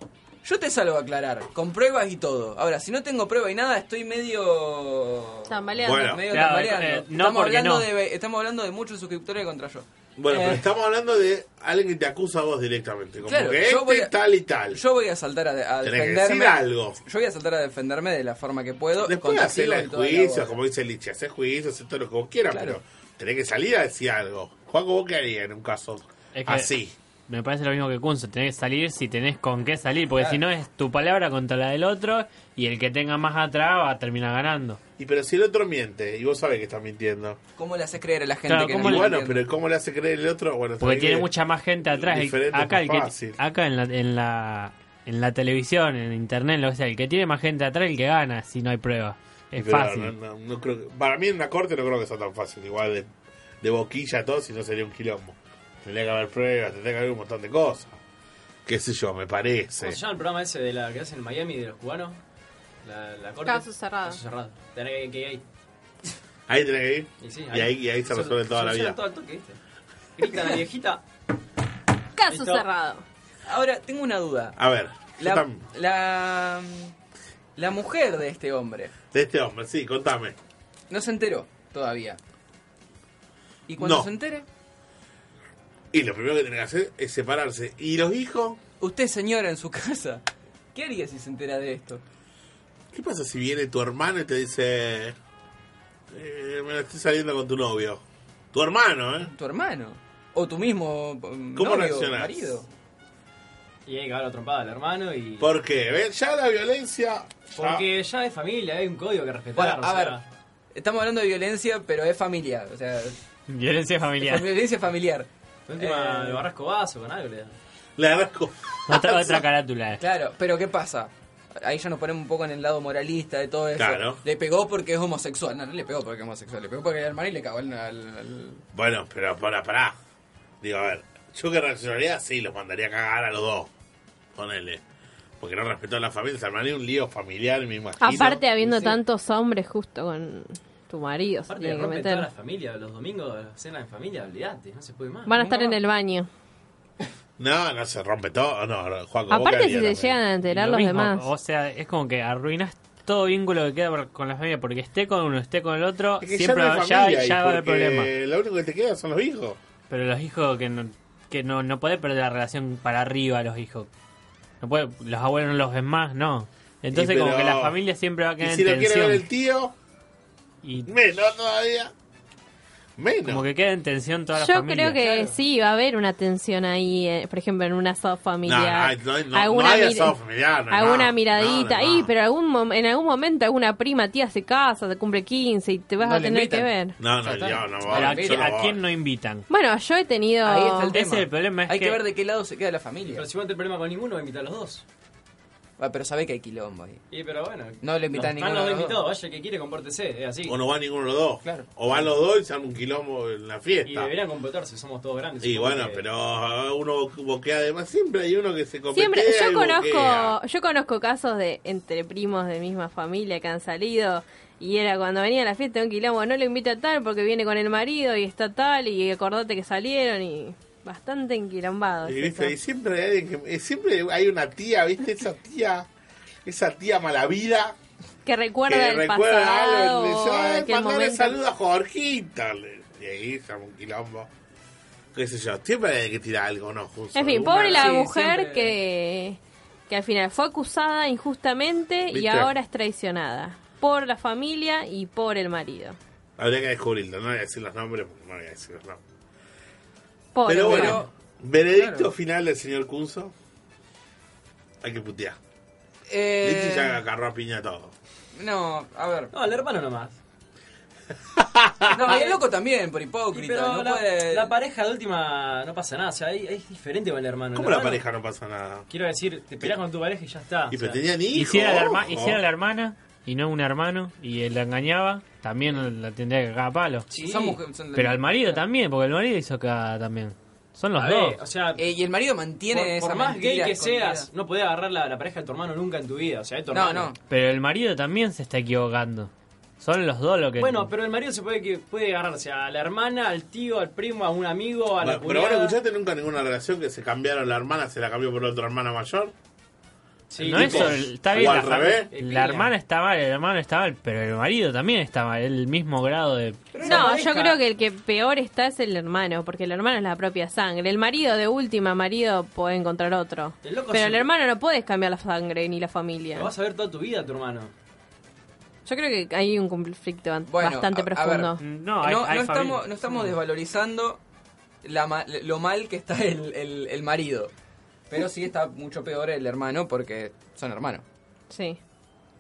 S9: Yo te salgo a aclarar, con pruebas y todo. Ahora, si no tengo prueba y nada, estoy medio.
S8: Tambaleando.
S5: Bueno.
S9: medio
S7: Claro,
S9: tambaleando.
S7: eh, no,
S9: estamos,
S7: porque
S9: hablando
S7: no.
S9: de, ve- estamos hablando de muchos suscriptores contra yo.
S5: Bueno, pero
S9: Eh.
S5: estamos hablando de alguien que te acusa a vos directamente. Como
S9: Claro,
S5: que
S9: yo
S5: este
S9: voy a-
S5: tal y tal.
S9: Yo voy a saltar a, a
S5: Tenés que
S9: defenderme.
S5: decir algo.
S9: Yo voy a saltar a defenderme de la forma que puedo.
S5: Después
S9: con
S5: hacer
S9: testigos
S5: el
S9: y toda la
S5: juicio,
S9: bola.
S5: como dice Lichi, hacer juicio, hacer todo lo que vos quieras,
S9: Claro.
S5: pero tenés que salir a decir algo. Juanco, ¿vos qué harías en un caso
S7: Es que-
S5: así?
S7: Me parece lo mismo que Kunze, tenés que salir si tenés con qué salir, porque
S9: Claro.
S7: si no es tu palabra contra la del otro y el que tenga más atrás va a terminar ganando.
S5: Y pero si el otro miente, y vos sabés que está mintiendo.
S9: ¿Cómo le haces creer a la gente
S7: Claro,
S9: que
S5: Y
S7: ¿cómo
S9: no
S7: le-
S9: lo
S5: bueno,
S9: entiende?
S5: pero ¿cómo le hace creer el otro? Bueno,
S7: Porque
S5: ¿sabés
S7: tiene
S5: qué?
S7: mucha más gente atrás. El-
S5: Diferente es
S7: acá
S5: más
S7: el que,
S5: fácil.
S7: acá en la, en la en la televisión, en internet, lo que sea, el que tiene más gente atrás es el que gana si no hay prueba. Es
S5: Pero
S7: fácil.
S5: no- no- no creo que- para mí en una corte no creo que sea tan fácil. Igual de, de boquilla a todo, si no sería un quilombo. Tendría que haber pruebas, tendría que haber un montón de cosas. Qué sé yo, me parece.
S6: ¿Cómo se llama el programa ese de la que hacen en Miami de los cubanos? La, la corte.
S8: Caso cerrado.
S6: Caso cerrado. Tenés que, que ir ahí.
S5: Ahí tenés que ir.
S6: Y, sí,
S5: Y ahí- y ahí se resuelve toda la
S6: soluciona
S5: vida.
S6: todo al toque, ¿viste? Grita la viejita.
S8: Caso
S6: Listo.
S8: cerrado.
S9: Ahora, tengo una duda.
S5: A ver, yo
S9: La,
S5: tam-
S9: la, la mujer de este hombre
S5: de este hombre, sí, contame.
S9: no se enteró todavía. Y cuando
S5: No.
S9: se entere,
S5: Y lo primero que tenés que hacer es separarse. ¿Y los hijos?
S9: usted, señora, en su casa, ¿qué haría si se entera de esto?
S5: ¿Qué pasa si viene tu hermano y te dice... eh, me la estoy saliendo con tu novio? Tu hermano, ¿eh?
S9: Tu hermano. O tu mismo mm,
S5: ¿Cómo
S9: novio,
S5: reaccionás?
S9: marido.
S6: Y hay que dar la trompada al hermano y.
S5: ¿Por qué? ¿Ves? Ya la violencia... ya-
S6: Porque ya es familia, hay un código que respetar.
S9: Bueno,
S6: o
S9: a
S6: sea,
S9: ver, estamos hablando de violencia, pero es familiar. O sea,
S7: Violencia familiar.
S9: violencia familiar.
S6: de última,
S9: Eh,
S6: le barras cobazo con algo. le das.
S5: La arranco.
S7: Otra, otra carátula. eh.
S9: Claro, pero ¿qué pasa? Ahí ya nos ponemos un poco en el lado moralista de todo eso.
S5: Claro.
S9: Le pegó porque es homosexual. No, no le pegó porque es homosexual. Le pegó porque era hermano y le cagó al- al- al,
S5: Bueno, pero para, pará. Digo, a ver, yo que reaccionaría, sí, los mandaría a cagar a los dos. Ponele. Porque no respetó a la familia, se armaría un lío familiar, me imagino.
S8: Aparte, habiendo
S9: sí.
S8: tantos hombres justo con tu marido, se
S6: Aparte de
S8: tiene que
S6: romper toda la
S8: meter.
S6: familia, los domingos, la cena en familia, olvídate, no se puede más.
S8: Van a estar
S9: No.
S8: en el baño.
S5: No, no se rompe todo. No, Juan,
S8: Aparte, si se llegan a enterar
S7: Lo
S8: los
S7: mismo,
S8: demás.
S7: O sea, es como que arruinas todo vínculo que queda por- con la familia, porque esté con uno, esté con el otro,
S5: Es que
S7: Ah, siempre
S5: ya, no
S7: va-
S5: hay
S7: ya,
S5: familia ahí,
S7: ya va a haber
S5: porque
S7: problema.
S5: Lo único que te queda son los hijos.
S7: Pero los hijos que no, que no, no podés perder la relación para arriba, los hijos. No puede, los abuelos no los ven más, no. Entonces
S5: Y
S7: como
S5: pero-
S7: que la familia siempre va a
S5: Y
S7: quedar
S5: si lo
S7: en
S5: quiere
S7: tensión.
S5: ver el tío,
S7: Y
S5: menos todavía. Menos.
S7: como que queda en tensión toda la
S8: Yo creo
S7: familia.
S8: que sí, va a haber una tensión ahí, eh, por ejemplo, en un asado familiar.
S5: No, no, no, no hay
S8: mir-
S5: asado familiar, no hay
S8: alguna
S5: nada,
S8: miradita.
S5: no, no,
S8: Ahí,
S5: no.
S8: pero algún mom- en algún momento alguna prima, tía se casa, se cumple 15 y te vas
S9: No
S8: a
S9: le
S8: tener
S9: invitan.
S8: que ver.
S5: No, no,
S9: Ya está.
S5: yo no voy.
S7: Pero ¿a,
S9: Bueno,
S5: yo
S7: qui-
S5: no
S7: a
S5: voy.
S7: quién no invitan?
S8: Bueno, yo he tenido.
S9: Ahí está el tema.
S7: Ese es el problema, es
S9: hay que...
S7: que-
S9: ver de qué lado se queda la familia.
S6: Pero si no tenés problema con ninguno, invita a los dos.
S9: Ah, pero sabe que hay quilombo ahí.
S6: Y pero bueno.
S9: No le invita a ninguno de
S6: Están los
S9: los
S6: dos
S9: dos.
S6: invitados, vaya el que quiere, compórtese, es así.
S5: O no va ninguno de los dos.
S9: Claro.
S5: O van los dos y se arma un quilombo en la fiesta.
S6: y deberían comportarse, somos todos grandes.
S5: Y
S6: supongo
S5: bueno,
S6: que-
S5: pero ah, uno boquea además. Siempre hay uno que se cometea
S8: Siempre,
S5: y
S8: yo
S5: boquea.
S8: conozco, yo conozco casos de entre primos de misma familia que han salido y era cuando venía a la fiesta de un quilombo, no lo invita a tal porque viene con el marido y está tal y acordate que salieron y bastante enquilombado.
S5: Y,
S8: es
S5: viste, y
S8: eso.
S5: siempre hay alguien que- siempre hay una tía, ¿viste? Esa tía, esa tía mala vida
S8: que recuerda
S5: que
S8: el
S5: recuerda algo.
S8: pasado, o
S5: y dice,
S8: aquel
S5: "Ay, mandale
S8: momento.
S5: saludo a Jorgita. le- Y ahí se arma un quilombo. Qué sé yo, siempre hay que tirar algo, ¿no? Justo,
S8: En fin,
S5: alguna-
S8: pobre la
S9: Sí,
S8: mujer
S9: siempre-
S8: que, que al final fue acusada injustamente y
S5: ¿Viste?
S8: ahora es traicionada por la familia y por el marido.
S5: Habría que descubrirlo, no voy a decir los nombres porque no voy a decir los nombres.
S8: Pobre
S5: Pero
S8: mujer.
S5: bueno, veredicto
S9: claro.
S5: final del señor Cunzo. Hay que putear.
S9: Eh,
S5: Lichi ya agarró a piña todo.
S9: No, a ver.
S6: No, al hermano nomás.
S9: No, y el loco también, por hipócrita.
S6: pero
S9: no
S6: la,
S9: puede-
S6: la pareja de última no pasa nada, o sea, ahí, ahí es diferente con el hermano.
S5: ¿Cómo
S6: El
S5: la
S6: hermano,
S5: pareja no pasa nada?
S6: Quiero decir, te peleas con tu pareja y ya está.
S7: Ah,
S5: Y
S6: o
S5: pero
S6: sea,
S5: tenían hijos.
S7: Hiciera la, herma-
S5: ojo.
S7: hiciera la hermana y no un hermano y él la engañaba, también la tendría que cagar a palo.
S6: sí.
S9: Son mujeres- son-
S7: Pero al marido también, porque el marido hizo cagada también. Son los
S6: A
S7: dos.
S6: ver, o sea,
S9: Eh, y el marido mantiene
S6: por,
S9: esa
S6: por más gay
S9: mentira
S6: que
S9: escondida.
S6: seas, no podés agarrar la, la pareja de tu hermano nunca en tu vida. O sea, es tu
S9: No,
S6: hermano.
S9: no.
S7: Pero el marido también se está equivocando. Son los dos los que...
S6: Bueno, pero el marido se puede que puede agarrarse a la hermana, al tío, al primo, a un amigo, a la
S5: Bueno, pero vos no
S6: cuñada.
S5: escuchaste nunca ninguna relación que se cambiaron la hermana, se la cambió por otra hermana mayor.
S6: Sí,
S7: no
S6: tipo,
S7: es solo el- está
S5: o
S7: bien,
S5: al
S7: la, fam-
S5: revés.
S7: la hermana está mal, el hermano está mal, pero el marido también está mal, el mismo grado de...
S9: Pero era
S8: No,
S9: la
S8: yo
S9: hija.
S8: creo que el que peor está es el hermano, porque el hermano es la propia sangre. El marido de última marido puede encontrar otro.
S6: El loco
S8: Pero
S6: se-
S8: el hermano no puedes cambiar la sangre ni la familia.
S6: Lo vas a ver toda tu vida, tu hermano.
S8: Yo creo que hay un conflicto ban-
S9: Bueno,
S8: bastante
S9: a- a
S8: profundo.
S9: ver. Mm.
S7: No,
S9: No,
S7: hay,
S9: no
S7: hay
S9: estamos,
S7: familias.
S9: no estamos desvalorizando la ma- lo mal que está el, el- el marido. Pero sí está mucho peor el hermano porque son hermanos.
S8: Sí,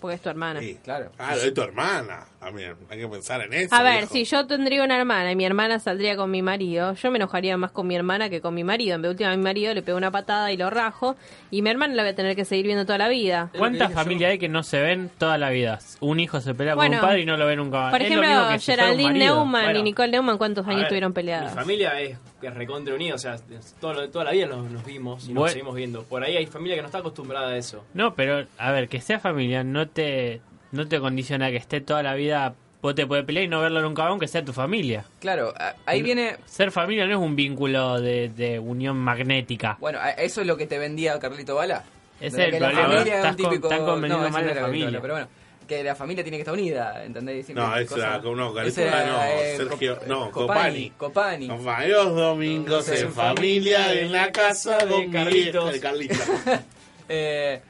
S8: porque es tu hermana.
S5: Sí,
S9: Claro.
S5: Claro, es Ah, tu hermana. También hay que pensar en eso.
S8: A ver,
S5: viejo.
S8: si yo tendría una hermana y mi hermana saldría con mi marido, yo me enojaría más con mi hermana que con mi marido. En vez de última, a mi marido le pego una patada y lo rajo, y mi hermana la voy a tener que seguir viendo toda la
S6: Es
S8: vida.
S6: lo que
S7: ¿Cuántas
S6: dije
S7: familias
S6: yo.
S7: hay que no se ven toda la vida? Un hijo se pelea
S8: Bueno,
S7: con un padre y no lo ve nunca más.
S8: Por
S7: Ah, Es lo
S8: ejemplo,
S7: mismo que si fuera un
S8: Geraldine
S7: marido.
S8: Neumann
S6: Bueno.
S8: y Nicole Neumann, ¿cuántos
S6: A
S8: años
S6: ver,
S8: estuvieron peleadas?
S6: Mi familia es, es recontra unida, o sea, es todo lo- toda la vida nos, nos vimos y nos
S7: Bue-
S6: seguimos viendo. Por ahí hay familia que no está acostumbrada a eso.
S7: No, pero a ver, que sea familia no te no te condiciona que esté toda la vida, vos te puedes pelear y no verlo nunca más, aunque sea tu familia.
S9: Claro, a- ahí viene.
S7: Ser familia no es un vínculo de, de unión magnética.
S9: Bueno, a- eso es lo que te vendía Carlito Bala.
S7: Ese
S9: De
S7: es el
S9: que la
S7: problema,
S9: familia es
S7: estás
S9: un
S7: con-
S9: típico-
S7: están conveniendo
S9: ese
S7: mal
S9: no
S7: la
S9: era Carlito Bala,
S7: familia.
S9: pero bueno, que la familia tiene que estar unida, ¿entendés? Siempre
S5: No, esa
S9: cosa-
S5: era con no,
S9: Ese
S5: Carlito
S9: era,
S5: Bala, no,
S9: eh,
S5: Sergio,
S9: Cop-
S5: no,
S9: Copani.
S5: Copani.
S9: Copani.
S5: Con varios domingos en familia en la casa
S6: De
S5: de
S6: Carlitos.
S5: Carlitos. De Carlitos.
S9: Eh,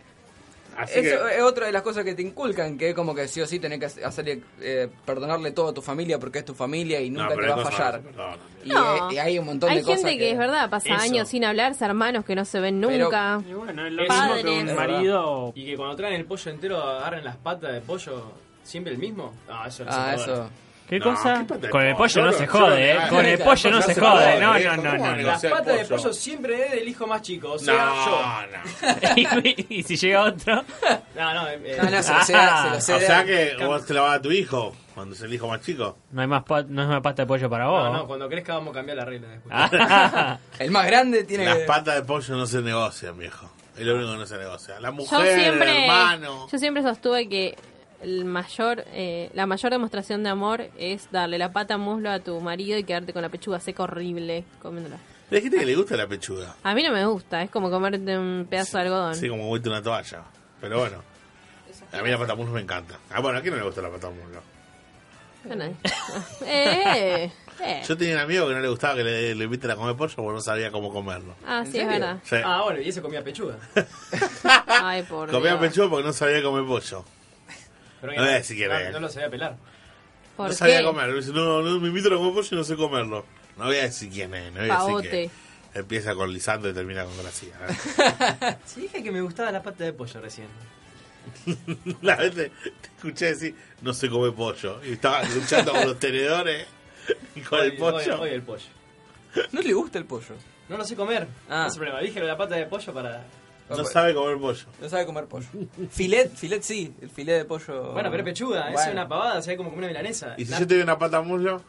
S5: Así
S9: Eso eh,
S5: que,
S9: es otra de las cosas que te inculcan, que es como que sí o sí tenés que hacerle, eh, perdonarle todo a tu familia porque es tu familia y nunca
S5: no,
S9: te
S5: pero
S9: va a
S5: hay
S9: fallar.
S5: cosas que no se perdonan.
S9: Y,
S8: No.
S9: eh, y hay un montón
S8: Hay
S9: de cosas
S8: gente que, es verdad, pasa
S7: Eso.
S8: años sin hablarse, hermanos que no se ven
S9: Pero-
S8: nunca.
S7: Y bueno, es
S6: lo
S7: lo
S6: mismo
S7: que
S9: Padres.
S7: un marido...
S6: Y que cuando traen el pollo entero, agarren las patas de pollo, siempre el mismo. Ah, eso no
S9: Ah,
S6: se puede.
S9: eso.
S7: ¿Qué
S5: No,
S7: cosa?
S5: ¿qué pata de
S7: Con el
S5: pollo?
S7: pollo no
S5: Yo
S7: se
S5: no-
S7: jode,
S5: yo
S7: ¿eh?
S5: no-
S7: Con el
S9: no,
S7: pollo no se jode, no,
S5: viejo,
S7: no,
S5: ¿cómo
S7: no,
S5: van a
S7: no.
S5: negar?
S6: Las
S5: sea, el
S6: patas de
S5: pollo.
S6: pollo siempre es del hijo más chico, o sea,
S5: No, no.
S7: y si llega otro...
S6: yo. No, no, eh,
S9: No, no, se lo se da- se lo
S7: O
S9: se
S5: Ah, O
S9: da.
S5: sea que vos te la vas a tu hijo cuando es el hijo más chico.
S7: No hay más pa- no es más pasta de pollo para vos.
S5: Oh.
S6: no, no, cuando crezca vamos a cambiar la regla después.
S9: El más grande tiene
S5: Ah. Las
S9: que-
S5: patas de pollo no se negocian, viejo. Es lo único que no se negocia. La mujer,
S8: Yo siempre,
S5: el hermano.
S8: yo siempre sostuve que el mayor, eh, la mayor demostración de amor es darle la pata muslo a tu marido y quedarte con la pechuga seca horrible comiéndola.
S5: Hay gente que le gusta la pechuga.
S8: A mí no me gusta, es como comerte un pedazo de algodón.
S5: Así como vuelta una toalla. Pero bueno. A mí la patamuslo me encanta. Ah, bueno, ¿a quién no le gusta la patamuslo?
S8: Bueno, eh, eh, eh.
S5: Yo tenía un amigo que no le gustaba que le, le inviten a comer pollo porque no sabía cómo comerlo.
S8: Ah,
S9: ¿En
S8: sí, es
S9: serio?
S8: verdad.
S5: Sí.
S6: Ah, bueno, y ese comía pechuga.
S8: Ay, por
S5: Comía
S8: Dios.
S5: pechuga porque no sabía comer pollo.
S6: Pero
S5: No es si
S6: no,
S5: querés.
S6: no lo sabía pelar.
S8: ¿Por
S5: no sabía
S8: qué?
S5: comerlo. Dice, no, no, me invitan a comer pollo y no sé comerlo. No voy a decir quién es, no voy a
S8: Pavote.
S5: decir que empieza con Lisandro y termina con Gracia.
S6: Sí, dije que me gustaba la pata de pollo recién.
S5: La vez te, te escuché decir, no se come pollo. Y estaba luchando con los tenedores y con el
S6: Hoy-
S5: pollo.
S6: Hoy, hoy el pollo.
S9: No le gusta el pollo.
S6: No lo sé comer.
S9: Ah.
S6: No es el problema. Dije lo de la pata de pollo para.
S5: No sabe comer pollo.
S9: No sabe comer pollo. filet, filet sí, el filet de pollo.
S6: Bueno, pero es pechuga, es
S9: Bueno.
S6: una pavada, se ve como una milanesa.
S5: Y si
S6: La-
S5: yo te doy una pata muslo,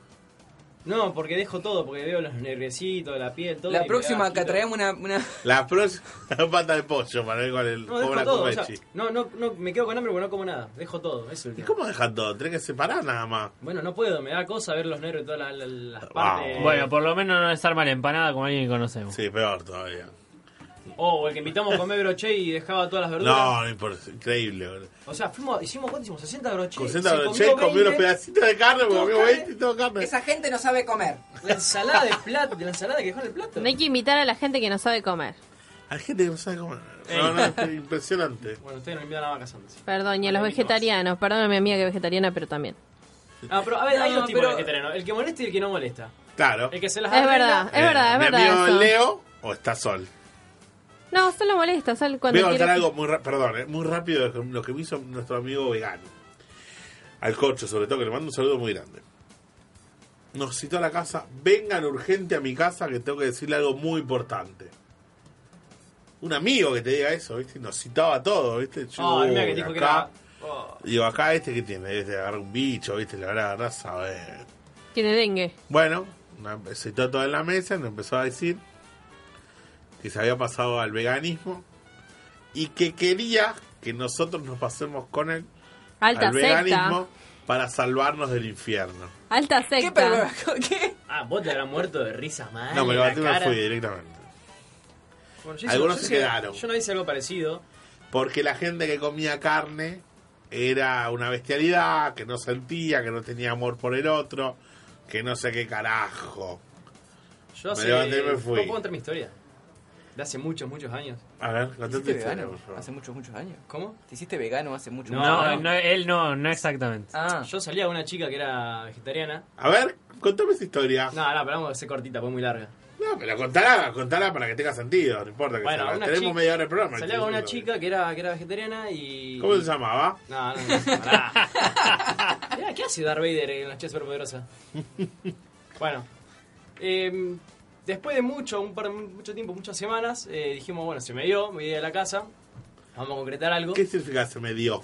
S6: No, porque dejo todo, porque veo los nerviositos, la piel, todo. y
S9: La
S6: me
S9: próxima
S6: da
S9: que
S6: asquito.
S9: traemos una, una-
S5: la próxima pata de pollo para ver cuál es el
S6: No, dejo
S5: cobra
S6: todo. o sea,
S5: Comechi.
S6: no, no, no, me quedo con hambre porque no como nada. Dejo todo, eso es
S5: ¿Y
S6: el tema.
S5: cómo dejan todo? Tenés que separar nada más.
S6: Bueno, no puedo, me da cosa ver los nervios, todas las, las- las
S5: Ah,
S6: partes.
S7: Bueno, por lo menos no desarma la empanada como alguien que conocemos.
S5: Sí, peor todavía.
S6: O el que invitamos a comer broche y dejaba todas las verduras.
S5: No, no importa, increíble. boludo.
S6: O sea, fuimos, hicimos, ¿cuánto hicimos? 60 broches.
S5: Con
S6: se
S5: Sandra Brochet comí
S6: 20,
S5: unos pedacitos de carne, porque
S9: Todo
S5: comió
S9: carne.
S5: 20 y todo carne.
S9: Esa gente no sabe comer.
S6: La ensalada de plato, de la ensalada que dejó en el plato.
S8: No hay que invitar a la gente que no sabe comer.
S5: Hay gente que no sabe comer. No,
S8: Eh.
S5: no, es impresionante.
S6: Bueno, ustedes no invitan a vacas antes.
S8: Perdón, y a
S6: Bueno,
S8: los
S6: ahí no
S8: vegetarianos. Perdón a mi amiga que es vegetariana, pero también.
S6: Ah, pero a ver, hay
S9: No,
S6: dos tipos
S9: pero-
S6: de vegetarianos. El que molesta y el que no molesta.
S5: Claro.
S6: El que se las
S8: Es
S6: arregla-
S8: verdad, es
S5: Eh,
S8: verdad, es
S5: ¿mi
S8: verdad.
S5: amigo
S8: eso.
S5: Leo o está Sol?
S8: No, solo molesta, solo cuando
S5: Voy a contar
S8: quiere-
S5: algo muy, ra- perdón, eh, muy rápido de lo que me hizo nuestro amigo vegano. Al corcho, sobre todo, que le mando un saludo muy grande. Nos citó a la casa. Vengan urgente a mi casa que tengo que decirle algo muy importante. Un amigo que te diga eso, ¿viste? Nos citaba a todos, ¿viste? Yo,
S6: Ah, el mío que
S5: uy,
S6: dijo que
S5: acá-
S6: era. Oh.
S5: Digo, acá este que tiene, este agarrar un bicho, ¿viste? Le van a agarrar, saber.
S8: Tiene dengue.
S5: Bueno, nos sentó todo en la mesa y nos empezó a decir que se había pasado al veganismo y que quería que nosotros nos pasemos con él
S8: Alta
S5: al
S8: secta.
S5: veganismo para salvarnos del infierno.
S8: Alta
S9: ¿Qué,
S8: secta.
S9: pero- ¿Qué?
S6: Ah, vos te habrás muerto de risa mal.
S5: no, me
S6: la
S5: levanté y me
S6: cara.
S5: fui directamente.
S6: Bueno, yo hice-
S5: Algunos
S6: yo
S5: se
S6: hice-
S5: quedaron.
S6: Yo no hice algo parecido.
S5: Porque la gente que comía carne era una bestialidad, que no sentía, que no tenía amor por el otro, que no sé qué carajo.
S6: Yo
S5: Me
S6: hace.
S5: levanté y me fui.
S6: ¿Puedo contar mi historia? De hace muchos, muchos años.
S5: A ver,
S9: ¿Te
S5: contate
S9: hiciste
S5: tu historia,
S9: vegano
S5: por favor.
S9: hace muchos, muchos años?
S6: ¿Cómo?
S9: ¿Te hiciste vegano hace mucho
S6: No,
S7: No,
S9: mucho
S7: no, él no, no exactamente.
S9: Ah,
S6: Yo salía con una chica que era vegetariana.
S5: A ver, contame esa historia. No,
S6: No, no, pero vamos a hacer cortita, pues muy larga.
S5: pero contala, contala para que tenga sentido, no importa que
S6: Bueno,
S5: sea.
S6: una
S5: Tenemos
S6: chica-
S5: media hora de programa.
S6: Salía con una
S5: entonces,
S6: chica que era, que era vegetariana y.
S5: ¿Cómo se llamaba?
S6: No, no, no. pará. Mirá, ¿Qué hace Darth Vader en la chica superpoderosa? Bueno. eh, después de mucho, un par, mucho tiempo, muchas semanas, eh, dijimos, bueno, se me dio, me voy a la casa. Vamos a concretar algo.
S5: ¿Qué significa se me dio?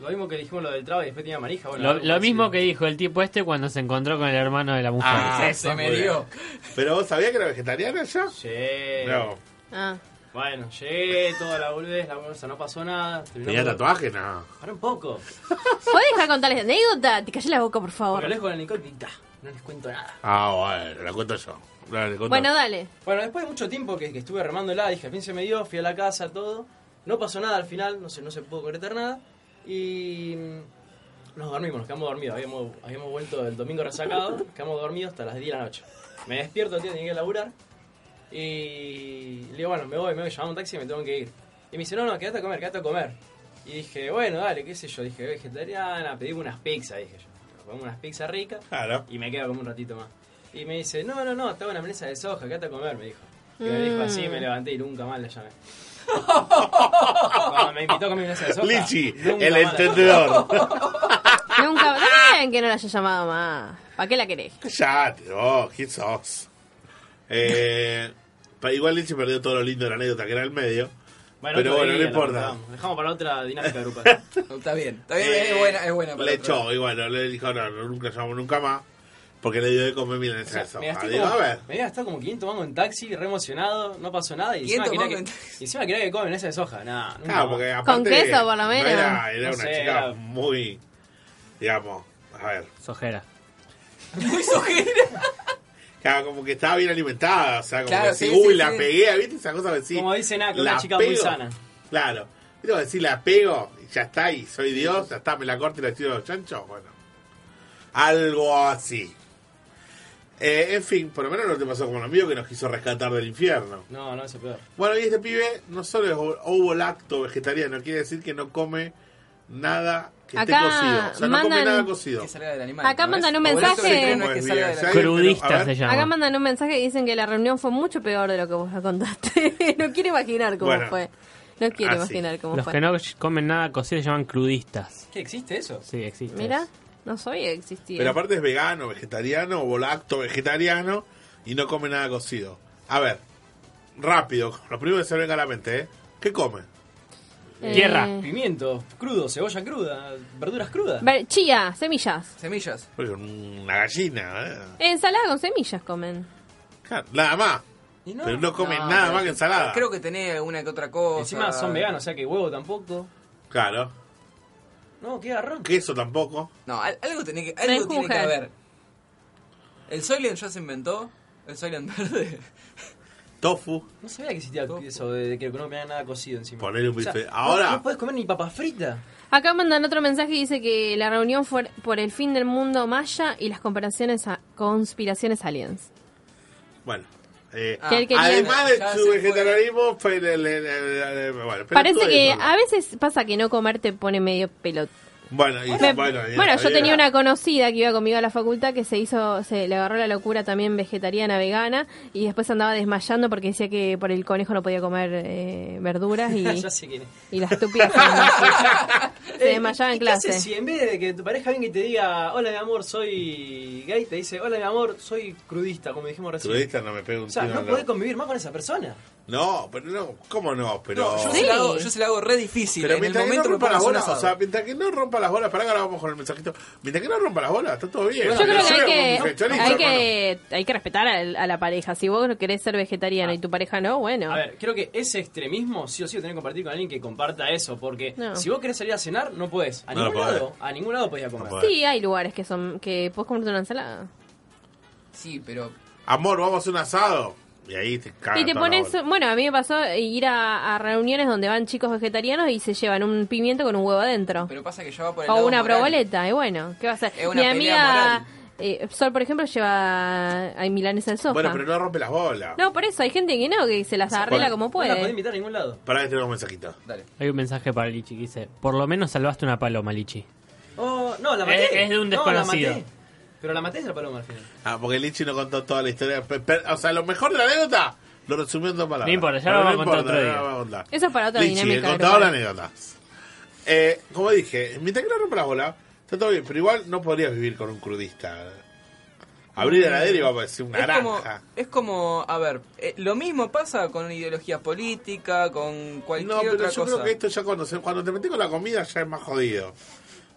S6: Lo mismo que dijimos lo del traba y después tenía manija. Bueno,
S7: Lo,
S6: algo
S7: lo mismo que
S6: parecido.
S7: dijo el tipo este cuando se encontró con el hermano de la mujer.
S5: Ah,
S7: Eso.
S9: se me dio.
S5: ¿Pero vos sabías que era vegetariana ya?
S6: Sí.
S5: No.
S8: Ah,
S6: Bueno, llegué, toda la volvés, la bolsa, no pasó nada.
S5: ¿Tenía
S6: Terminamos-
S5: tatuaje? No.
S6: Pará un poco.
S8: ¿Puedes dejar contar la anécdota? Te callé la boca, por
S6: Porque
S8: favor.
S6: lejos de la incógnita. No les cuento nada.
S5: Ah, bueno, la cuento yo. Dale, contá.
S8: Bueno, dale.
S6: Bueno, después de mucho tiempo que, que estuve remándola, dije, al fin se me dio, fui a la casa, todo. No pasó nada al final, no se, no se pudo concretar nada. Y mm, nos dormimos, nos quedamos dormidos. Habíamos, habíamos vuelto el domingo resacado, nos quedamos dormidos hasta las 10 de la noche. Me despierto, tío, tenía que laburar. Y le digo, bueno, me voy, me voy, llamamos un taxi y me tengo que ir. Y me dice, no, no, quédate a comer, quédate a comer. Y dije, bueno, dale, qué sé yo. Dije, vegetariana, pedimos unas pizzas, dije yo. Comemos unas pizzas ricas.
S5: Claro.
S6: Y me quedo como un ratito más. Y me dice, no, no, no, estaba una mesa de soja, quédate a comer, me dijo. Y me
S9: Mm.
S6: dijo así, me levanté y nunca más la llamé. Cuando me invitó a comer mesa de soja.
S5: Lichi,
S6: nunca
S5: el
S6: más la
S5: entendedor.
S8: Nunca. También que no la haya llamado más. ¿Para qué la querés?
S5: ya, tío, ¿quién sos? Eh, pa- igual Lichi perdió todo lo lindo de la anécdota que era el medio.
S6: llamé.
S5: pero
S6: otro
S5: bueno, no
S6: día la
S5: importa.
S6: contamos. Dejamos para otra dinámica de grupo.
S9: está bien. Está bien,
S5: Eh,
S9: es buena, es buena. para
S5: Le
S9: otro lado.
S5: echó, y bueno, le dijo, no, no, nunca llamamos nunca más. Porque le dio de comer milanesa de
S6: me
S5: soja.
S6: gasté
S5: Digo,
S6: como,
S5: a ver.
S6: me había gastado como 500 mangos en taxi, re emocionado, no pasó nada. Y
S9: 500
S6: encima quería, que,
S9: mangos en taxi.
S6: y encima quería que coma mesa de soja. Nah, nunca
S5: Claro,
S6: más.
S5: Ah, porque aparte
S8: queso, por lo
S5: no
S8: menos.
S5: era, era
S6: No
S5: una
S6: sé,
S5: chica
S6: era-
S5: muy, digamos, a ver.
S7: Sojera.
S9: Muy sojera.
S5: Claro, como que estaba bien alimentada, o sea, como
S9: Claro,
S5: que decís,
S9: sí, sí,
S5: uy, la
S9: sí.
S5: pegué, ¿viste? Esa cosa que decís,
S6: Como dice Naco, una
S5: la
S6: chica muy
S5: pego.
S6: sana.
S5: Claro. ¿Viste como decís, la pego, y ya está, y soy Dios, ya está, me la corto y la tiro a los chanchos? Bueno, algo así. Eh, en fin, por lo menos no te pasó como lo mío que nos quiso rescatar del infierno.
S6: No, no, eso es peor.
S5: Bueno, y este pibe no solo es ovo- ovolacto vegetariano, quiere decir que no come nada que
S8: Acá
S5: esté cocido. O sea, no come
S8: mandan-
S5: nada cocido.
S9: que salga del animal.
S8: Acá
S9: ¿no
S8: mandan
S9: ves?
S8: un
S9: Por eso
S8: mensaje.
S9: vegetariano es que
S5: Pues
S9: salga
S5: bien,
S9: del
S5: sí.
S9: animal.
S5: pero, a
S7: Crudista
S5: ver.
S7: se llama.
S8: Acá mandan un mensaje y dicen que la reunión fue mucho peor de lo que vos la contaste. no quiero imaginar cómo
S5: Bueno.
S8: fue. No quiero
S5: Ah, sí.
S8: imaginar cómo
S7: Los
S8: fue.
S7: que no comen nada cocido se llaman crudistas.
S6: ¿Qué existe eso?
S7: Sí, existe.
S8: Mira, no sabía que existía.
S5: Pero aparte es vegano, vegetariano, volacto, vegetariano y no come nada cocido. A ver, rápido, lo primero que se me venga a la mente, ¿eh? ¿Qué come?
S7: Tierra.
S8: eh.
S6: Pimiento crudo, cebolla cruda, verduras crudas.
S8: Ver- Chía, semillas.
S9: Semillas.
S5: Por ejemplo, Una gallina, ¿eh?
S8: Ensalada con semillas comen.
S5: Claro, nada más.
S6: Y
S5: Pero no come
S9: No,
S5: nada
S9: pero
S5: más que ensalada.
S9: Creo que tenés alguna que otra cosa.
S6: Encima son veganos, o sea que huevo tampoco.
S5: Claro.
S6: No, qué garrón.
S5: Queso tampoco.
S9: No, al- algo tiene que, algo tiene que
S8: Berenjena.
S9: haber. El Soylent ya se inventó. El Soylent verde.
S5: Tofu.
S6: No sabía que existía eso de que no me hagan nada cocido encima.
S5: Ponele un bife.
S6: no-
S5: Ahora-
S6: No, puedes comer ni papas fritas.
S8: Acá mandan otro mensaje y dice que la reunión fue por el fin del mundo maya y las comparaciones a- conspiraciones aliens.
S5: Bueno. eh,
S9: Ah,
S8: Que él quería-
S5: además de
S9: Ya
S5: su
S9: se
S5: vegetarianismo, fue el- el- el- el- el- bueno, pero
S8: Parece
S5: todo
S8: que
S5: eso, ¿no?
S8: a veces pasa que no comer te pone medio pelot.
S5: Bueno, y-
S8: Me-
S5: bueno,
S8: bueno,
S5: y-
S8: yo
S5: y-
S8: tenía una conocida que iba conmigo a la facultad que se hizo, se le agarró la locura también vegetariana, vegana, y después andaba desmayando porque decía que por el conejo no podía comer eh, verduras y,
S6: ya sé quién es.
S8: y la estúpida se desmayó. se
S6: Eh,
S8: desmayaba
S6: ¿y
S8: en
S6: qué haces
S8: clase.
S6: Si en vez de que tu pareja venga y te diga, hola mi amor, soy gay, te dice, hola mi amor, soy crudista, como dijimos recién.
S5: Crudista no me pega un
S6: O sea,
S5: tiro,
S6: no
S5: no.
S6: podés convivir más con esa persona.
S5: No, pero no, ¿cómo no? Pero
S9: No, yo,
S8: Sí.
S9: se la hago, yo se la hago re difícil.
S5: Pero
S9: en el
S5: mientras que no
S9: momento me
S5: rompa las
S9: pones un
S5: bolas, o
S9: asado.
S5: sea, mientras que no rompa las bolas, para ahora vamos con el mensajito. Mientras que no rompa las bolas, está todo bien.
S8: Yo creo
S5: Pero
S8: que hay
S5: como un
S8: que,
S5: chorizo,
S8: hay
S5: hermano. Ah.
S8: que, hay que respetar al- a, la pareja. Si vos querés ser vegetariano y tu pareja no, bueno.
S6: A ver, creo que ese extremismo sí o sí lo tenés que compartir con alguien que comparta eso, porque
S8: No.
S6: si vos querés salir a cenar, no podés. A
S5: No lo
S6: ningún
S5: podés.
S6: lado, a ningún lado podés ir a comer.
S5: No podés.
S8: Sí, hay lugares que son que puedes comerte una ensalada.
S9: Sí, pero
S5: Amor, vamos a hacer un asado. Y ahí te caga
S8: y te
S5: toda la
S8: pones,
S5: bola.
S8: bueno, a mí me pasó ir a, a reuniones donde van chicos vegetarianos y se llevan un pimiento con un huevo adentro.
S9: Pero pasa que ya va por el
S8: O
S9: lado
S8: una
S9: moral.
S8: proboleta, y bueno, ¿qué va a ser?
S9: Es una
S8: Mi
S9: pelea moral.
S8: amiga eh, Sol, por ejemplo, lleva hay milanesa de soja.
S5: Bueno, pero no rompe las bolas.
S8: No, por eso hay gente que no, que se las arregla
S5: Bueno,
S8: como
S6: No la podés
S8: puede.
S6: invitar a ningún lado.
S5: Para que tenemos un mensajito.
S9: Dale.
S7: Hay un mensaje para Lichi que dice: Por lo menos salvaste una paloma, Lichi.
S6: Oh, no, la maté.
S7: Es- es de un
S6: No, la
S7: desconocido.
S6: maté. Pero la maté es la paloma al final.
S5: Ah, porque Lichi no contó toda la historia. Pe- pe- O sea, lo mejor de la anécdota lo resumió en dos palabras.
S7: No importa, ya
S5: Pero
S7: lo
S5: no
S7: vamos a contar
S5: importa,
S7: otro
S5: ya
S7: día.
S5: lo vamos a contar.
S8: Eso es para otra
S5: Lichi,
S8: dinámica
S5: el contador de
S8: grupal.
S5: anécdotas. Eh, como dije, mientras que no rompa las bolas, está todo bien, pero igual no podrías vivir con un crudista. Abrir la heladera y va a aparecer una
S9: Es como,
S5: naranja.
S9: es como, a ver, eh, lo mismo pasa con ideología política, con cualquier
S5: No, pero
S9: otra
S5: yo
S9: cosa.
S5: creo que esto ya cuando, se- cuando te metes con la comida ya es más jodido.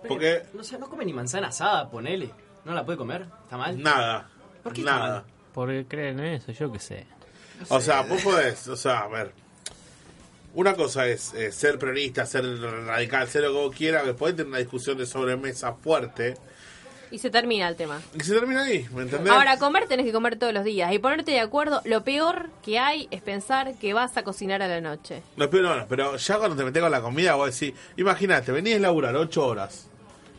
S6: Pero,
S5: Porque
S6: No sé, no come ni manzana asada, ponele. No la puede comer, está mal.
S5: nada.
S6: ¿Por qué está
S5: nada.
S6: mal?
S7: Porque creen en eso, yo qué sé.
S5: O sea, vos podés, o sea, a ver. Una cosa es eh, ser peronista, ser radical, ser lo que vos quieras, después tener una discusión de sobremesa fuerte.
S8: Y se termina el tema.
S5: Y se termina ahí, ¿me entendés?
S8: Ahora, comer tenés que comer todos los días y ponerte de acuerdo. Lo peor que hay es pensar que vas a cocinar a la noche.
S5: No, pero, no, pero ya cuando te metes con la comida, vos decís, imagínate, venís a laburar ocho horas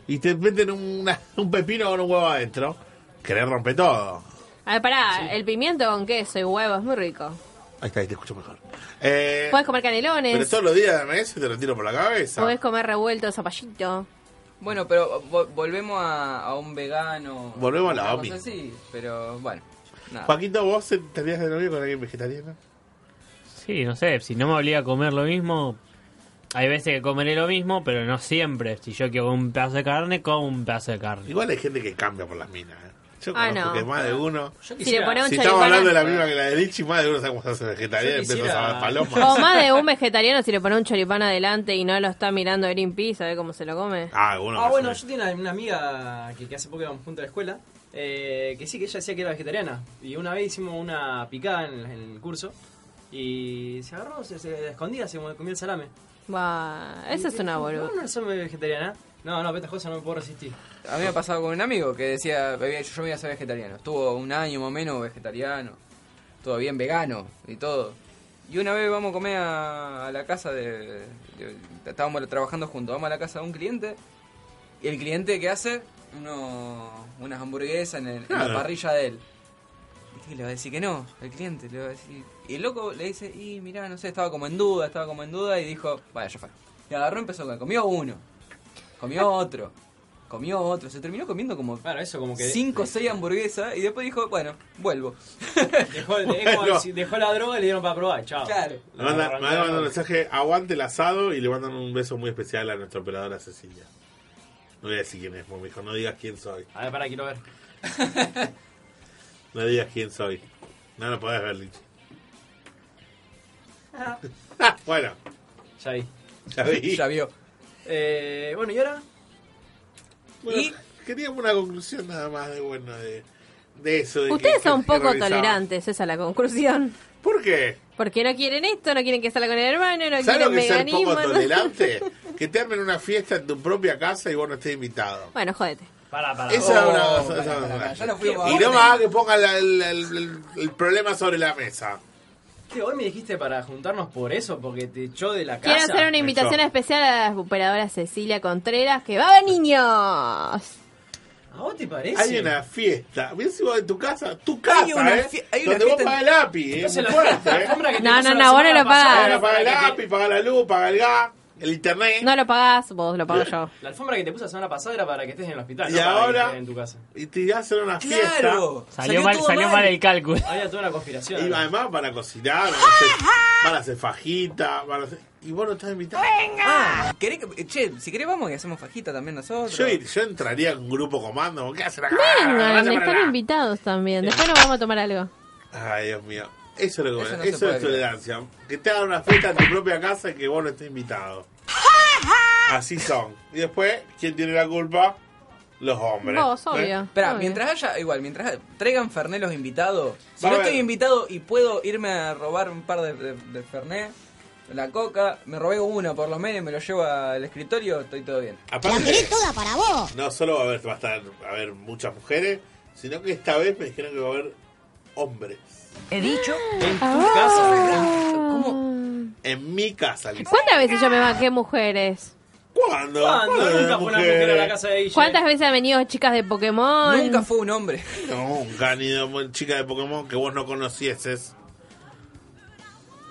S5: y te meten una- un pepino con un huevo adentro, querés romper todo.
S8: A ver, pará, el pimiento con queso y huevo es muy rico.
S5: Ahí está, ahí te escucho mejor. Eh,
S8: Puedes comer
S5: pero
S8: canelones,
S5: todos los días de eso te lo tiro por la cabeza.
S8: podés comer revuelto, zapallito.
S9: Bueno, pero vo- volvemos a, a un vegano.
S5: Volvemos a la
S9: una
S5: OMI.
S9: cosa así, pero bueno, nada.
S5: Paquito, ¿vos estarías de novio con alguien vegetariano?
S7: Sí, no sé, si no me obliga a comer lo mismo, hay veces que comeré lo mismo, pero no siempre. Si yo quiero un pedazo de carne, como un pedazo de carne.
S5: Igual hay gente que cambia por las minas. ¿eh? Yo
S8: Ah,
S5: conozco
S8: no.
S5: que más de uno.
S6: Yo
S8: Si le
S6: quisiera-
S8: ponemos
S5: Si
S8: un
S5: estamos hablando de
S9: eh.
S8: choripán.
S5: la misma que la de Lichi, más de uno sabe cómo se hace vegetariano y
S6: Yo
S5: empezó
S6: quisiera-
S5: a dar
S8: O
S5: palomas.
S8: más de un vegetariano si le pone un choripán adelante y no lo está mirando Greenpeace, a ver cómo se lo come.
S5: Ah, uno.
S6: Ah,
S5: que
S6: bueno,
S5: se-
S6: yo tenía una, una amiga que, que hace poco íbamos juntos a la escuela, eh, que sí, que ella decía que era vegetariana. Y una vez hicimos una picada en, en el curso y se agarró, se, se escondía, se comió el salame.
S8: Va, esa es una
S6: boludo.
S8: boluda.
S6: No, no soy vegetariana. No, no, estas cosas no me puedo resistir.
S9: A mí me ha pasado con un amigo que decía, "Bebé, yo me iba a ser vegetariano. Estuvo un año más o menos vegetariano, todo bien vegano y todo. Y una vez vamos a comer a, a la casa de, de- Estábamos trabajando juntos, vamos a la casa de un cliente y el cliente que hace uno, unas hamburguesas en, el- en la
S5: Claro.
S9: parrilla de él. Y le va a decir que no, el cliente le va a decir... Y el loco le dice, y mirá, no sé, estaba como en duda, estaba como en duda y dijo, vaya, ya fue. Y agarró y empezó a comer, comió uno, comió otro, comió otro, se terminó comiendo como
S6: Ah. Claro, eso como que.
S9: 5 o 6 hamburguesas y después dijo, bueno, vuelvo.
S6: Dejó, es como
S5: Bueno.
S6: si dejó la droga y le dieron para probar, chao.
S9: Claro.
S5: Me manda- me mandan un mensaje, aguante el asado y le mandan un beso muy especial a nuestra operadora Cecilia. No voy a decir quién es, porque me dijo, no digas quién soy,
S6: A ver, pará, quiero ver.
S5: no digas quién soy. No lo podés ver, Lichi. bueno,
S6: Ya vi.
S5: ya vi.
S9: ya vio.
S6: Eh, bueno, y ahora.
S5: Bueno,
S9: Y-
S5: Queríamos una conclusión nada más de bueno de, de eso. de
S8: Ustedes
S5: que-
S8: son
S5: que
S8: poco
S5: realizamos.
S8: tolerantes, esa es la conclusión.
S5: ¿Por qué?
S8: Porque no quieren esto, no quieren que salga con el hermano, no
S5: ¿Sabes lo
S8: quieren
S5: que es ser
S8: veganismo.
S5: poco
S8: no-
S5: tolerante? que te armen una fiesta en tu propia casa y vos no estés invitado.
S8: Bueno, jódete.
S6: Pará, pará.
S5: Eso es una
S9: Oh,
S5: cosa.
S9: pará,
S5: esa es
S9: pará,
S5: una-
S9: pará, ya lo fui a
S5: Y
S9: guardar.
S5: no más que pongan la- el, el- el- el problema sobre la mesa.
S6: Tío, hoy me dijiste para juntarnos por eso, porque te echó de la casa.
S8: Quiero hacer una invitación especial a la operadora Cecilia Contreras, que va a haber niños.
S6: ¿A vos te parece?
S5: Hay una fiesta. Bien si vos en tu casa, tu casa,
S9: Hay una
S5: ¿eh?
S9: fie- hay una
S5: Donde vos
S9: fiesta
S5: pagas
S9: en-
S5: el API, ¿eh?
S6: Entonces
S5: Muy
S6: la-
S5: fuerte,
S6: la
S5: ¿eh?
S6: alfombra que te
S8: No,
S6: puso
S8: no,
S6: la
S8: no, vos no
S6: semana
S8: lo pagás.
S6: pasada,
S5: Paga, paga el
S6: la que
S5: API, paga la luz, paga el gas, el internet.
S8: No lo pagás, vos lo pago yo.
S6: te- La alfombra que te puse la semana pasada era para que estés en el hospital.
S5: Y
S6: no para que
S5: ahora-
S6: estés en tu casa.
S5: Y te hacen una fiesta.
S9: Claro.
S7: Salió, mal,
S9: todo
S7: salió mal el cálculo.
S6: Había toda una conspiración.
S5: Y
S6: ¿no?
S5: además van a cocinar, van a hacer, van a hacer fajitas, van a hacer- y vos no estás invitado.
S9: Ah, ¿querés que- che, si querés vamos y hacemos fajita también nosotros.
S5: Yo, ir- yo entraría en un grupo comando, ¿qué hacen acá?
S8: Vengan,
S5: Gracias
S8: están
S5: para nada.
S8: invitados también. Después nos vamos a tomar algo.
S5: Ay, Dios mío. Eso es lo que
S9: Eso no se puede
S5: eso es
S9: creer.
S5: tolerancia. Que te hagan una fiesta en tu propia casa y que vos no estés invitado. Así son. Y después, ¿quién tiene la culpa? Los hombres.
S8: Vos, obvio.
S5: ¿Eh?
S9: Espera,
S8: obvio.
S9: mientras haya, igual, mientras traigan Ferné los invitados. Si
S5: Va a
S9: no
S5: ver.
S9: estoy invitado y puedo irme a robar un par de, de, de Fernet, la coca, me robé uno por lo menos y me lo llevo al escritorio, estoy todo bien.
S1: La
S5: Aparte,
S1: querés toda para vos.
S5: no solo va a haber, va a estar, va a haber muchas mujeres, sino que esta vez me dijeron que va a haber hombres.
S10: He dicho,
S6: En tu casa.
S8: Ah.
S5: En mi casa, Liz.
S8: ¿Cuántas veces yo me banqué mujeres?
S5: ¿Cuándo?
S6: ¿Cuándo?
S5: ¿Cuándo
S6: Nunca fue una mujer a la casa de ella.
S8: ¿Cuántas veces han venido chicas de Pokémon?
S9: Nunca fue un hombre.
S5: No, un ganido, chica de Pokémon que vos no conocieses.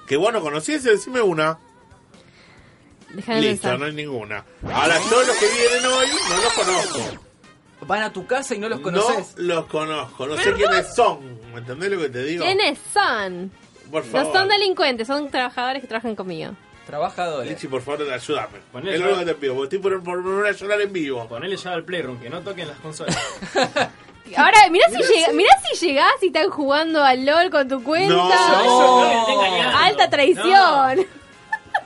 S5: Que vos no conociese, decime una.
S8: Déjame
S5: Listo,
S8: pensar.
S5: no hay ninguna. Ahora, todos los que vienen hoy no los conozco.
S9: Van a tu casa y no los conoces.
S5: No los conozco, no sé quiénes son. ¿Me entendés lo que te digo?
S8: ¿Quiénes son?
S5: Por
S8: No
S5: favor.
S8: son delincuentes, son trabajadores que trabajan conmigo.
S9: Trabajadores.
S5: Lichi, por favor, ayúdame.
S6: Ponele
S5: es lo único
S6: yo.
S5: que te pido, porque estoy por, por volver a llorar en vivo.
S6: Ponele ya al Playroom, que no toquen las consolas.
S8: Ahora, mirá si, llega, mirá si llegás y están jugando al LOL con tu cuenta.
S5: No.
S8: ¡Alta traición!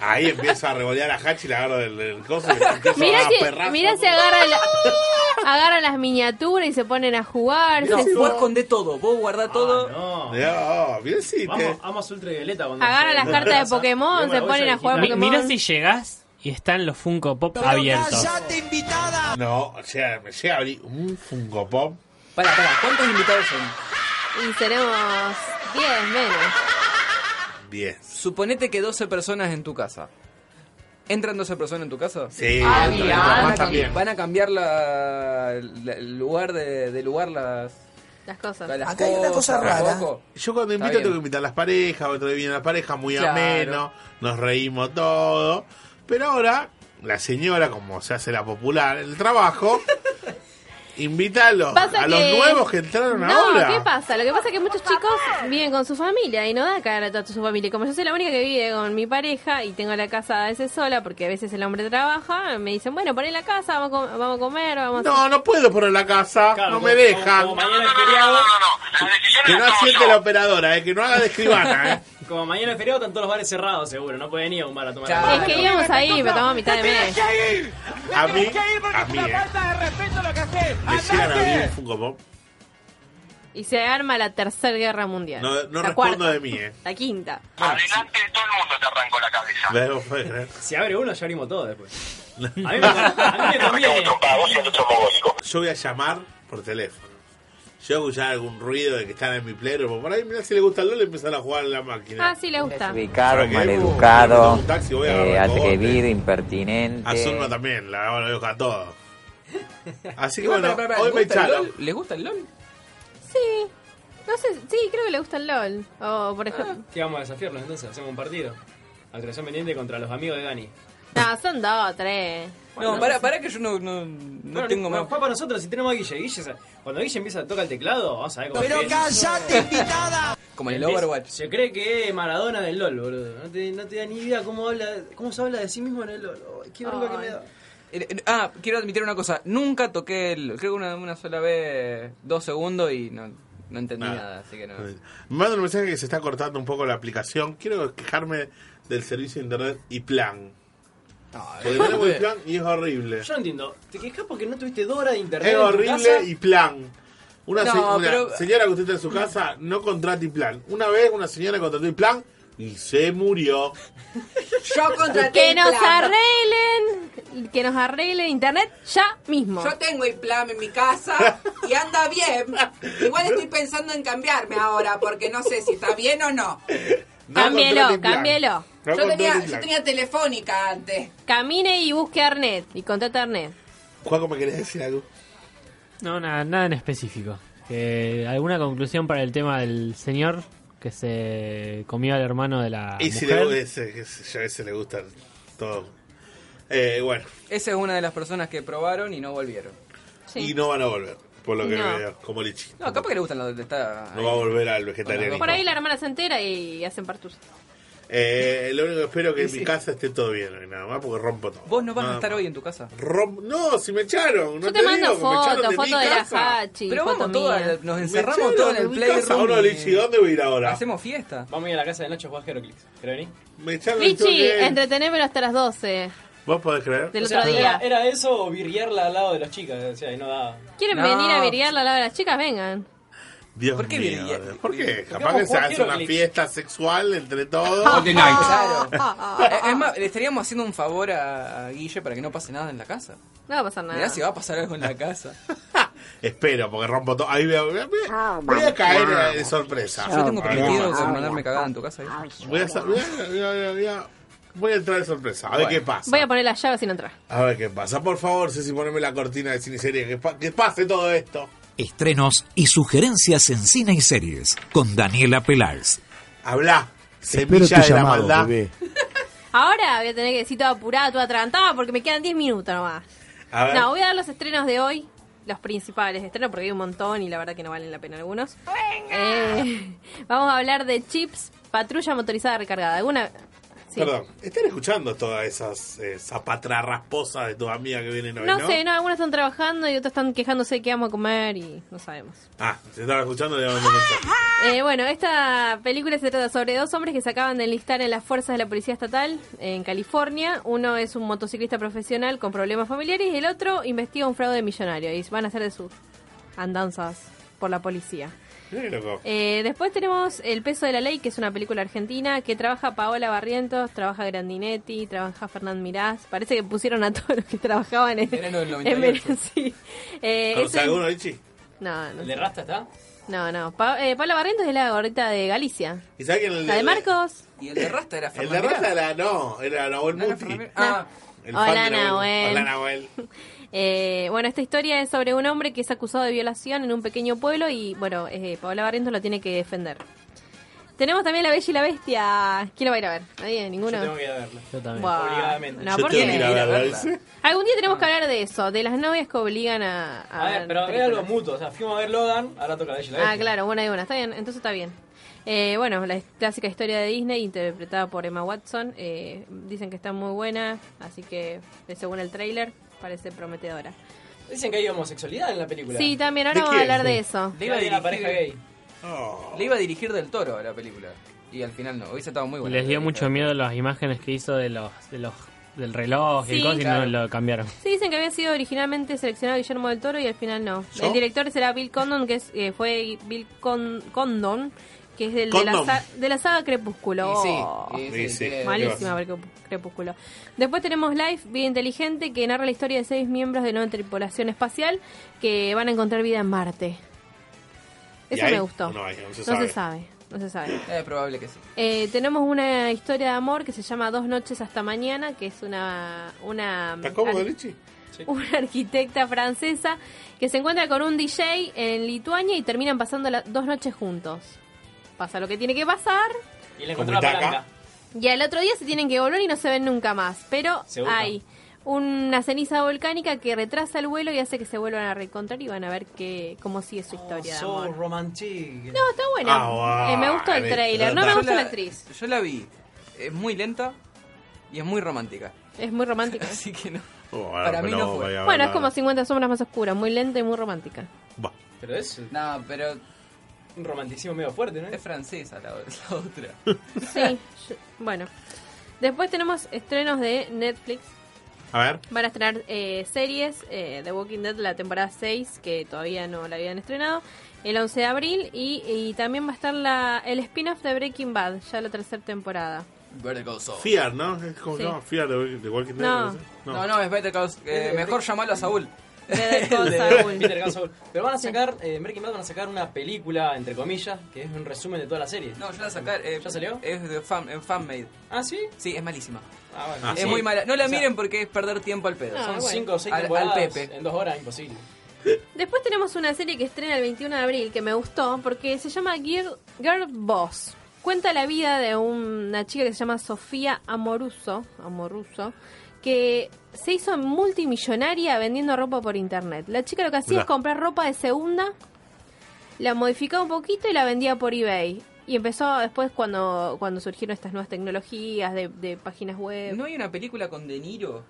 S5: Ahí empiezo a revolear a Hachi y la agarro del, del coso y empiezo
S8: Mirá
S5: a
S8: si,
S5: perrazo.
S8: mirá si agarran, la-
S5: ¡Ah!
S8: agarran las miniaturas y se ponen a jugar.
S9: No,
S8: se-
S9: vos escondés todo, vos guardás todo.
S6: Ah, no.
S5: No, bien oh, si te...
S6: Vamos, vamos ultravioleta cuando
S8: Agarran
S6: se-
S8: las cartas de
S6: Y
S8: Pokémon,
S6: una
S8: se
S6: bolsa
S8: ponen
S6: de
S8: a jugar
S6: gitano.
S7: Mi-
S8: Pokémon.
S7: mirá si llegás y están los Funko Pop abiertos.
S5: No, o sea, me llega a abrir un Funko Pop.
S9: Pará, pará, ¿cuántos invitados son?
S8: Y seremos 10 menos.
S5: 10.
S9: Suponete que 12 personas en tu casa. ¿Entran 12 personas en tu casa?
S5: Sí,
S8: Ah,
S5: entra, entra
S9: Van
S5: más
S9: a,
S5: también.
S9: cam- van a cambiar la, la- Ah, el lugar de, de lugar las,
S8: Las cosas.
S9: las
S10: Acá hay una cosa
S9: cosas,
S10: rara.
S9: loco.
S5: Yo cuando
S9: Está
S5: invito tengo que
S9: bien.
S5: invitar a las parejas, otro día viene la pareja, muy
S9: Claro.
S5: ameno, nos reímos todo. Pero ahora, la señora, como se hace la popular en el trabajo, invita a los,
S8: Pasa
S5: a los
S8: que-
S5: nuevos que entraron
S8: no,
S5: ahora.
S8: ¿qué pasa? Lo que pasa es que muchos chicos viven con su familia y no da cara a toda su familia. Y Como yo soy la única que vive con mi pareja y tengo la casa a veces sola porque a veces el hombre trabaja, me dicen, bueno, poné la casa, vamos a, com- vamos a comer, vamos a...
S5: No, no puedo poner la casa,
S6: Claro,
S5: no
S6: como-
S5: me dejan.
S6: Como, como mañana es feriado,
S5: que no asiente la operadora, eh, que no haga de escribana. Eh.
S6: como mañana es feriado, están todos los bares cerrados, seguro. No pueden ir a un bar a tomar.
S9: Claro.
S8: Es que íbamos ahí, pero estamos a mitad de mes.
S5: A mí, a mí, eh, me llegan a abrir un Funko Pop.
S8: Y se arma la tercera guerra mundial.
S5: No, no
S8: la
S5: respondo
S8: cuarta,
S5: de mí, eh.
S8: La quinta.
S9: Ah,
S11: Adelante, todo el mundo te arrancó la cabeza.
S5: Luego fue-
S6: Si abre uno, ya abrimos todo después. A mí me, a mí me conviene.
S5: Yo voy a llamar por teléfono. Yo voy a escuchar algún ruido de que están en mi player, porque por ahí mirá si le gusta el LOL y empiezan a jugar en la máquina.
S8: Ah, sí, le gusta.
S5: Para
S10: Ubicado,
S5: que-
S10: maleducado,
S5: Un taxi, voy a
S10: eh,
S5: agarrar el cogote.
S10: atrevido, impertinente.
S5: A Zulma también, la ahora dejo a todo. Así que
S9: Igual,
S5: bueno,
S9: pará, pará,
S5: hoy
S9: ¿les
S5: me
S9: gusta el
S5: echaron.
S9: LOL? ¿Les gusta el LOL?
S8: Sí. No sé, sí, creo que le gusta el LOL. O, por ejemplo...
S6: ¿Qué vamos a desafiarlos entonces? Hacemos un partido. Atracción pendiente contra los amigos de Dani.
S5: Ah.
S8: No, son dos, tres.
S9: No, pará, pará que yo no, no, no
S6: Bueno,
S9: tengo
S6: bueno,
S9: más.
S6: juega para nosotros si tenemos a Guille. Guille se- cuando Guille empieza a tocar el teclado, vamos a ver cómo empieza.
S9: Como en el
S6: Empieza-
S9: Overwatch.
S6: Se cree que es Maradona del LOL, boludo. No te, no te da ni idea cómo, habla, cómo se habla de sí mismo en el LOL. Ay, qué bronca que me da.
S9: Eh, eh, Ah, quiero admitir una cosa. Nunca toqué el. Creo que una, una sola vez, dos segundos y no, no entendí
S5: Nada.
S9: nada, así que no.
S5: Me manda un mensaje que se está cortando un poco la aplicación. Quiero quejarme del servicio de internet y plan. Porque tenemos el plan y es horrible.
S6: Yo no entiendo. ¿Te quejas porque no tuviste dos horas de internet?
S5: Es
S6: en tu casa?
S5: horrible y plan. Una,
S9: No,
S5: se- una
S9: pero-
S5: señora que usted está en su casa no contrata y plan. Una vez una señora contrató y plan y se murió.
S10: Yo contraté
S8: Que nos
S10: plan.
S8: arreglen, que nos arreglen internet ya mismo.
S10: Yo tengo el plan en mi casa y anda bien. Igual estoy pensando en cambiarme ahora porque no sé si está bien o no.
S5: No
S8: Cámbielo,
S5: contrata y plan.
S8: cámbielo.
S5: No
S10: Yo
S5: contrata y
S10: tenía, yo
S5: plan.
S10: tenía telefónica antes.
S8: Camine y busque a Arnet y contrate a Arnet.
S5: Juaco, ¿me querés decir algo?
S7: No, nada, nada en específico. Que, ¿Alguna conclusión para el tema del señor que se comió al hermano de la
S5: y si le,
S7: mujer?
S5: ese- ese- a ese le gusta todo. Eh, bueno,
S9: Esa es una de las personas que probaron y no volvieron.
S5: y no van a volver, por lo que
S8: No.
S5: veo, como Lichi.
S9: No, capaz que le gustan los. Está
S5: No va a volver al vegetarianismo.
S8: Por ahí la hermana se entera y hacen partus.
S5: Eh, lo único que espero es que en
S9: Sí,
S5: mi
S9: sí.
S5: casa esté todo bien, y nada más, porque rompo todo.
S9: Vos no vas a
S5: Nada
S9: estar
S5: más.
S9: hoy en tu casa.
S5: Rom- No, si me echaron. No
S8: Yo te mando
S5: digo que me echaron
S8: fotos,
S5: mi
S8: fotos de la
S5: casa.
S8: Hachi,
S9: Pero
S8: fotos
S9: vamos todas,
S8: mías.
S9: nos
S5: Me
S9: encerramos
S5: echaron
S9: todos en
S5: de
S9: el
S5: mi
S9: playroom.
S5: casa. Ahora,
S9: y
S5: Lichi, ¿dónde voy a ir ahora?
S9: Hacemos fiesta.
S6: Vamos a ir a la casa de Nacho a jugar Heroclix. ¿Querés venir?
S5: Me echaron del
S8: Lichi,
S5: toque.
S8: entretenémelo hasta las 12
S5: ¿Vos podés creer?
S8: del
S6: O
S8: otro
S6: sea,
S8: día.
S6: Era, era eso o virriarla al lado de las chicas. O sea, y no da.
S8: ¿Quieren
S9: No.
S8: venir a averiar la lado de las chicas? Vengan.
S5: Dios
S9: ¿Por qué viene-
S5: mío. ¿Por qué?
S6: Porque
S5: Capaz
S6: vamos
S5: que
S6: a
S5: se
S6: jugar
S5: hace una
S6: Heroclix.
S5: fiesta sexual entre todos.
S8: Ah.
S9: Claro. Eh, es más, le estaríamos haciendo un favor a, a Guille para que no pase nada en la casa.
S8: No va a pasar nada.
S9: Mirá si va a pasar algo en la casa.
S5: Espero, porque rompo todo. Ahí veo. Voy a caer de sorpresa.
S9: Yo tengo
S5: Ah, no.
S9: prohibido mandarme cagada en tu casa. ¿eh?
S5: Voy a, sa- voy a- voy a- voy a- voy a entrar de sorpresa. A ver qué pasa.
S8: Voy a poner la llave sin entrar.
S5: A ver qué pasa. Por favor, Ceci, poneme la cortina de cine y serie. Que, pa- que pase todo esto.
S2: Estrenos y sugerencias en cine y series con Daniela Pelars.
S5: Habla.
S2: Espero
S5: Semilla
S2: tu
S5: de la
S2: llamado,
S5: maldad.
S2: bebé.
S8: Ahora voy a tener que decir toda apurada, toda atragantada, porque me quedan 10 minutos nomás.
S5: A ver.
S8: No, voy a dar los estrenos de hoy, los principales estrenos, porque hay un montón y la verdad que no valen la pena algunos. Eh, vamos a hablar de Chips, patrulla motorizada recargada. ¿Alguna? sí.
S5: Perdón. ¿Están escuchando todas esas eh, zapatrarras rasposas de tu amiga que vienen hoy,
S8: No,
S5: no?
S8: sé, no, algunos están trabajando y otros están quejándose de qué vamos a comer y no sabemos.
S5: Ah, se estaban escuchando le mando un mensaje.
S8: Eh, bueno, esta película se trata sobre dos hombres que se acaban de enlistar en las fuerzas de la Policía Estatal en California. Uno es un motociclista profesional con problemas familiares y el otro investiga un fraude millonario y van a hacer de sus andanzas por la policía.
S5: Mirá qué loco.
S8: Eh, después tenemos El peso de la ley, que es una película argentina que trabaja Paola Barrientos, trabaja Grandinetti, trabaja Fernán Mirás. Parece que pusieron a todos los que trabajaban en,
S9: Eran los del
S8: en
S9: 98.
S8: Venezuela. Sí. Eh,
S5: ¿Conoces
S8: es un-
S5: alguno, Ichi?
S8: No, no.
S6: ¿El de Rasta está?
S8: No, no. Pa- eh, Paola Barrientos es la gordita de Galicia.
S5: ¿Y sabes quién el
S8: La de Marcos.
S9: Y el de Rasta era
S5: El
S9: Fernando.
S5: de Raza
S9: Mirá.
S5: era, no, era Nahuel
S9: No era
S5: Muti.
S9: Fernando Mirá. Ah,
S5: El
S8: Hola,
S5: fan de
S8: Nahuel.
S5: Hola, Nahuel.
S8: Eh, bueno, esta historia es sobre un hombre que es acusado de violación en un pequeño pueblo y, bueno, eh, Paola Barrientos lo tiene que defender. Tenemos también La Bella y la Bestia. ¿Quién lo va a ir a ver? ¿Nadie? ¿Ninguno?
S6: Yo tengo que ir a verla.
S7: Yo también.
S8: Buah.
S6: Obligadamente. Ah.
S8: No,
S5: Yo
S8: ¿por
S5: tengo que
S8: qué?
S5: ir a verla,
S9: verla.
S5: ¿sí?
S8: Algún día tenemos que hablar de eso, de las novias que obligan a...
S6: A ver, pero es
S8: películas.
S6: algo mutuo. O sea, fuimos a ver Logan, ahora toca la de
S8: Ah, claro, buena y buena, está bien, entonces está bien. Eh, bueno, la clásica historia de Disney interpretada por Emma Watson, eh, dicen que está muy buena, así que eh, según el tráiler parece prometedora.
S6: Dicen que hay homosexualidad en la película.
S8: Sí, también,
S5: ¿De
S8: ahora vamos a
S5: quién?
S8: hablar de eso.
S9: Le iba a
S6: Hay una
S9: dirigir-
S6: pareja gay.
S5: Oh.
S9: Le iba a dirigir del toro a la película. Y al final no. Hubiese estado muy bueno. eh,
S7: Les dio mucho miedo las imágenes que hizo de los, de los del reloj y
S8: Sí,
S7: cosas
S9: claro.
S7: y no lo cambiaron.
S8: Sí, dicen que había sido originalmente seleccionado Guillermo del Toro y al final no.
S5: ¿Yo?
S8: El director será Bill Condon, que es, eh, fue Bill Con- Condon, que es del, de, la
S5: Condon.
S8: sa- de la saga Crepúsculo.
S9: Y sí,
S8: Oh.
S9: y
S5: Y
S9: sí,
S5: sí.
S9: tiene-
S8: Malísima ver Crep- Crepúsculo. Después tenemos Life, Vida Inteligente, que narra la historia de seis miembros de una tripulación espacial que van a encontrar vida en Marte.
S5: ¿Y
S8: Eso
S5: hay?
S8: me gustó.
S5: No hay, no se
S8: No
S5: sabe.
S8: no se sabe.
S9: Es probable que sí.
S8: Eh, tenemos una historia de amor que se llama Dos noches hasta mañana, que es una... una
S5: ¿Estás cómodo,
S8: ar-
S5: Lichi?
S8: una arquitecta francesa que se encuentra con un DJ en Lituania y terminan pasando las dos noches juntos. Pasa lo que tiene que pasar
S6: Y le encontró
S5: Como
S6: la
S5: está acá.
S6: palanca.
S8: y al otro día se tienen que volver y no se ven nunca más. Pero
S6: Se buscan.
S8: hay una ceniza volcánica que retrasa el vuelo y hace que se vuelvan a reencontrar y van a ver que, cómo sigue su historia de
S6: so
S8: amor.
S6: romantic.
S8: No, está buena.
S5: Ah, guau,
S8: Eh, me gustó el
S5: viste,
S8: trailer. No
S5: ya
S8: me
S5: está.
S8: gusta la actriz.
S9: Yo la vi. Es muy lenta y es muy romántica.
S8: Es muy romántica.
S9: Así que no.
S5: Oh,
S9: Para
S5: no,
S9: mí no fue.
S5: voy a
S8: Bueno,
S5: verla.
S8: es como 50 sombras más oscuras, muy lenta y muy romántica.
S5: Bah.
S6: Pero es
S9: No, pero
S6: un romanticismo medio fuerte, ¿no?
S9: es francesa la, la otra.
S8: Sí, yo- bueno. Después tenemos estrenos de Netflix.
S5: A ver.
S8: Van a estrenar eh, series, eh, The Walking Dead, la temporada 6, que todavía no la habían estrenado, el 11 de abril, y, y también va a estar la, el spin-off de Breaking Bad, ya la tercera temporada.
S9: Better Call Saul.
S5: Fear, ¿no? Es como
S8: Sí.
S5: no, Fear de, de Walking Dead.
S8: No.
S5: sé.
S9: No, no, es Better Call Saul. Eh, mejor llamalo a Saúl.
S8: Better Call
S9: El de-
S8: Saul.
S6: Peter Gunn Saul. Pero van a sacar, eh, Breaking Bad van a sacar una película, entre comillas, que es un resumen de toda la serie.
S9: No, ya la sacar. eh,
S6: ¿Ya salió?
S9: Es de fan, en fanmade.
S6: Ah, sí.
S9: Sí, es malísima.
S6: Ah, bueno.
S5: Ah.
S9: Es
S6: sí.
S9: muy mala. No la
S6: O sea,
S9: miren porque es perder tiempo al pedo.
S8: No,
S6: Son
S8: Ah, bueno.
S6: cinco o seis
S9: Al- al
S6: temporadas
S9: Pepe.
S6: en dos horas, imposible.
S8: Después tenemos una serie que estrena el 21 de abril, que me gustó, porque se llama Girl, Girl Boss. Cuenta la vida de una chica que se llama Sofía Amoruso, Amoruso que se hizo multimillonaria vendiendo ropa por internet. La chica lo que hacía
S5: Mirá.
S8: es comprar ropa de segunda la modificaba un poquito y la vendía por eBay. Y empezó después cuando, cuando surgieron estas nuevas tecnologías de, de páginas web.
S9: ¿No hay una película con De Niro?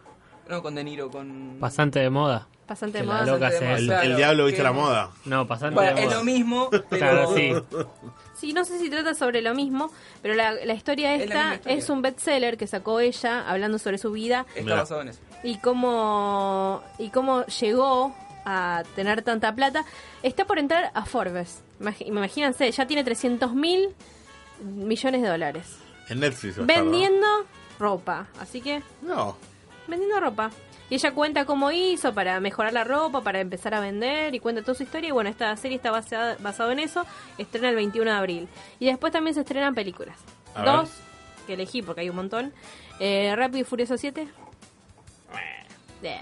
S9: No, con De Niro, con...
S7: Pasante de moda.
S8: Pasante
S7: Que
S8: de
S7: la
S8: moda.
S7: loca
S9: Pasante
S7: se-
S9: de moda,
S7: el-
S9: claro.
S5: El diablo viste
S9: que-
S5: la moda.
S7: No, pasante
S9: Bueno,
S7: de
S9: es
S7: moda.
S9: lo mismo, pero...
S7: Claro, sí.
S8: Sí, no sé si trata sobre lo mismo, pero la, la historia
S9: Es la
S8: esta
S9: misma
S8: es,
S9: historia.
S8: un bestseller que sacó ella hablando sobre su vida
S9: Está
S5: Mirá.
S9: basado en eso.
S8: y cómo, y cómo llegó a tener tanta plata. Está por entrar a Forbes. Imag- Imagínense, ya tiene 300 mil millones de dólares.
S5: En Netflix. va a estar, ¿no?
S8: Vendiendo ropa. Así que
S5: No.
S8: vendiendo ropa. Y ella cuenta cómo hizo para mejorar la ropa, para empezar a vender y cuenta toda su historia. Y bueno, esta serie está basada, basado en eso. Estrena el 21 de abril. Y después también se estrenan películas.
S5: A ver.
S8: Dos, que elegí porque hay un montón. Eh, Rápido y Furioso 7. Eh,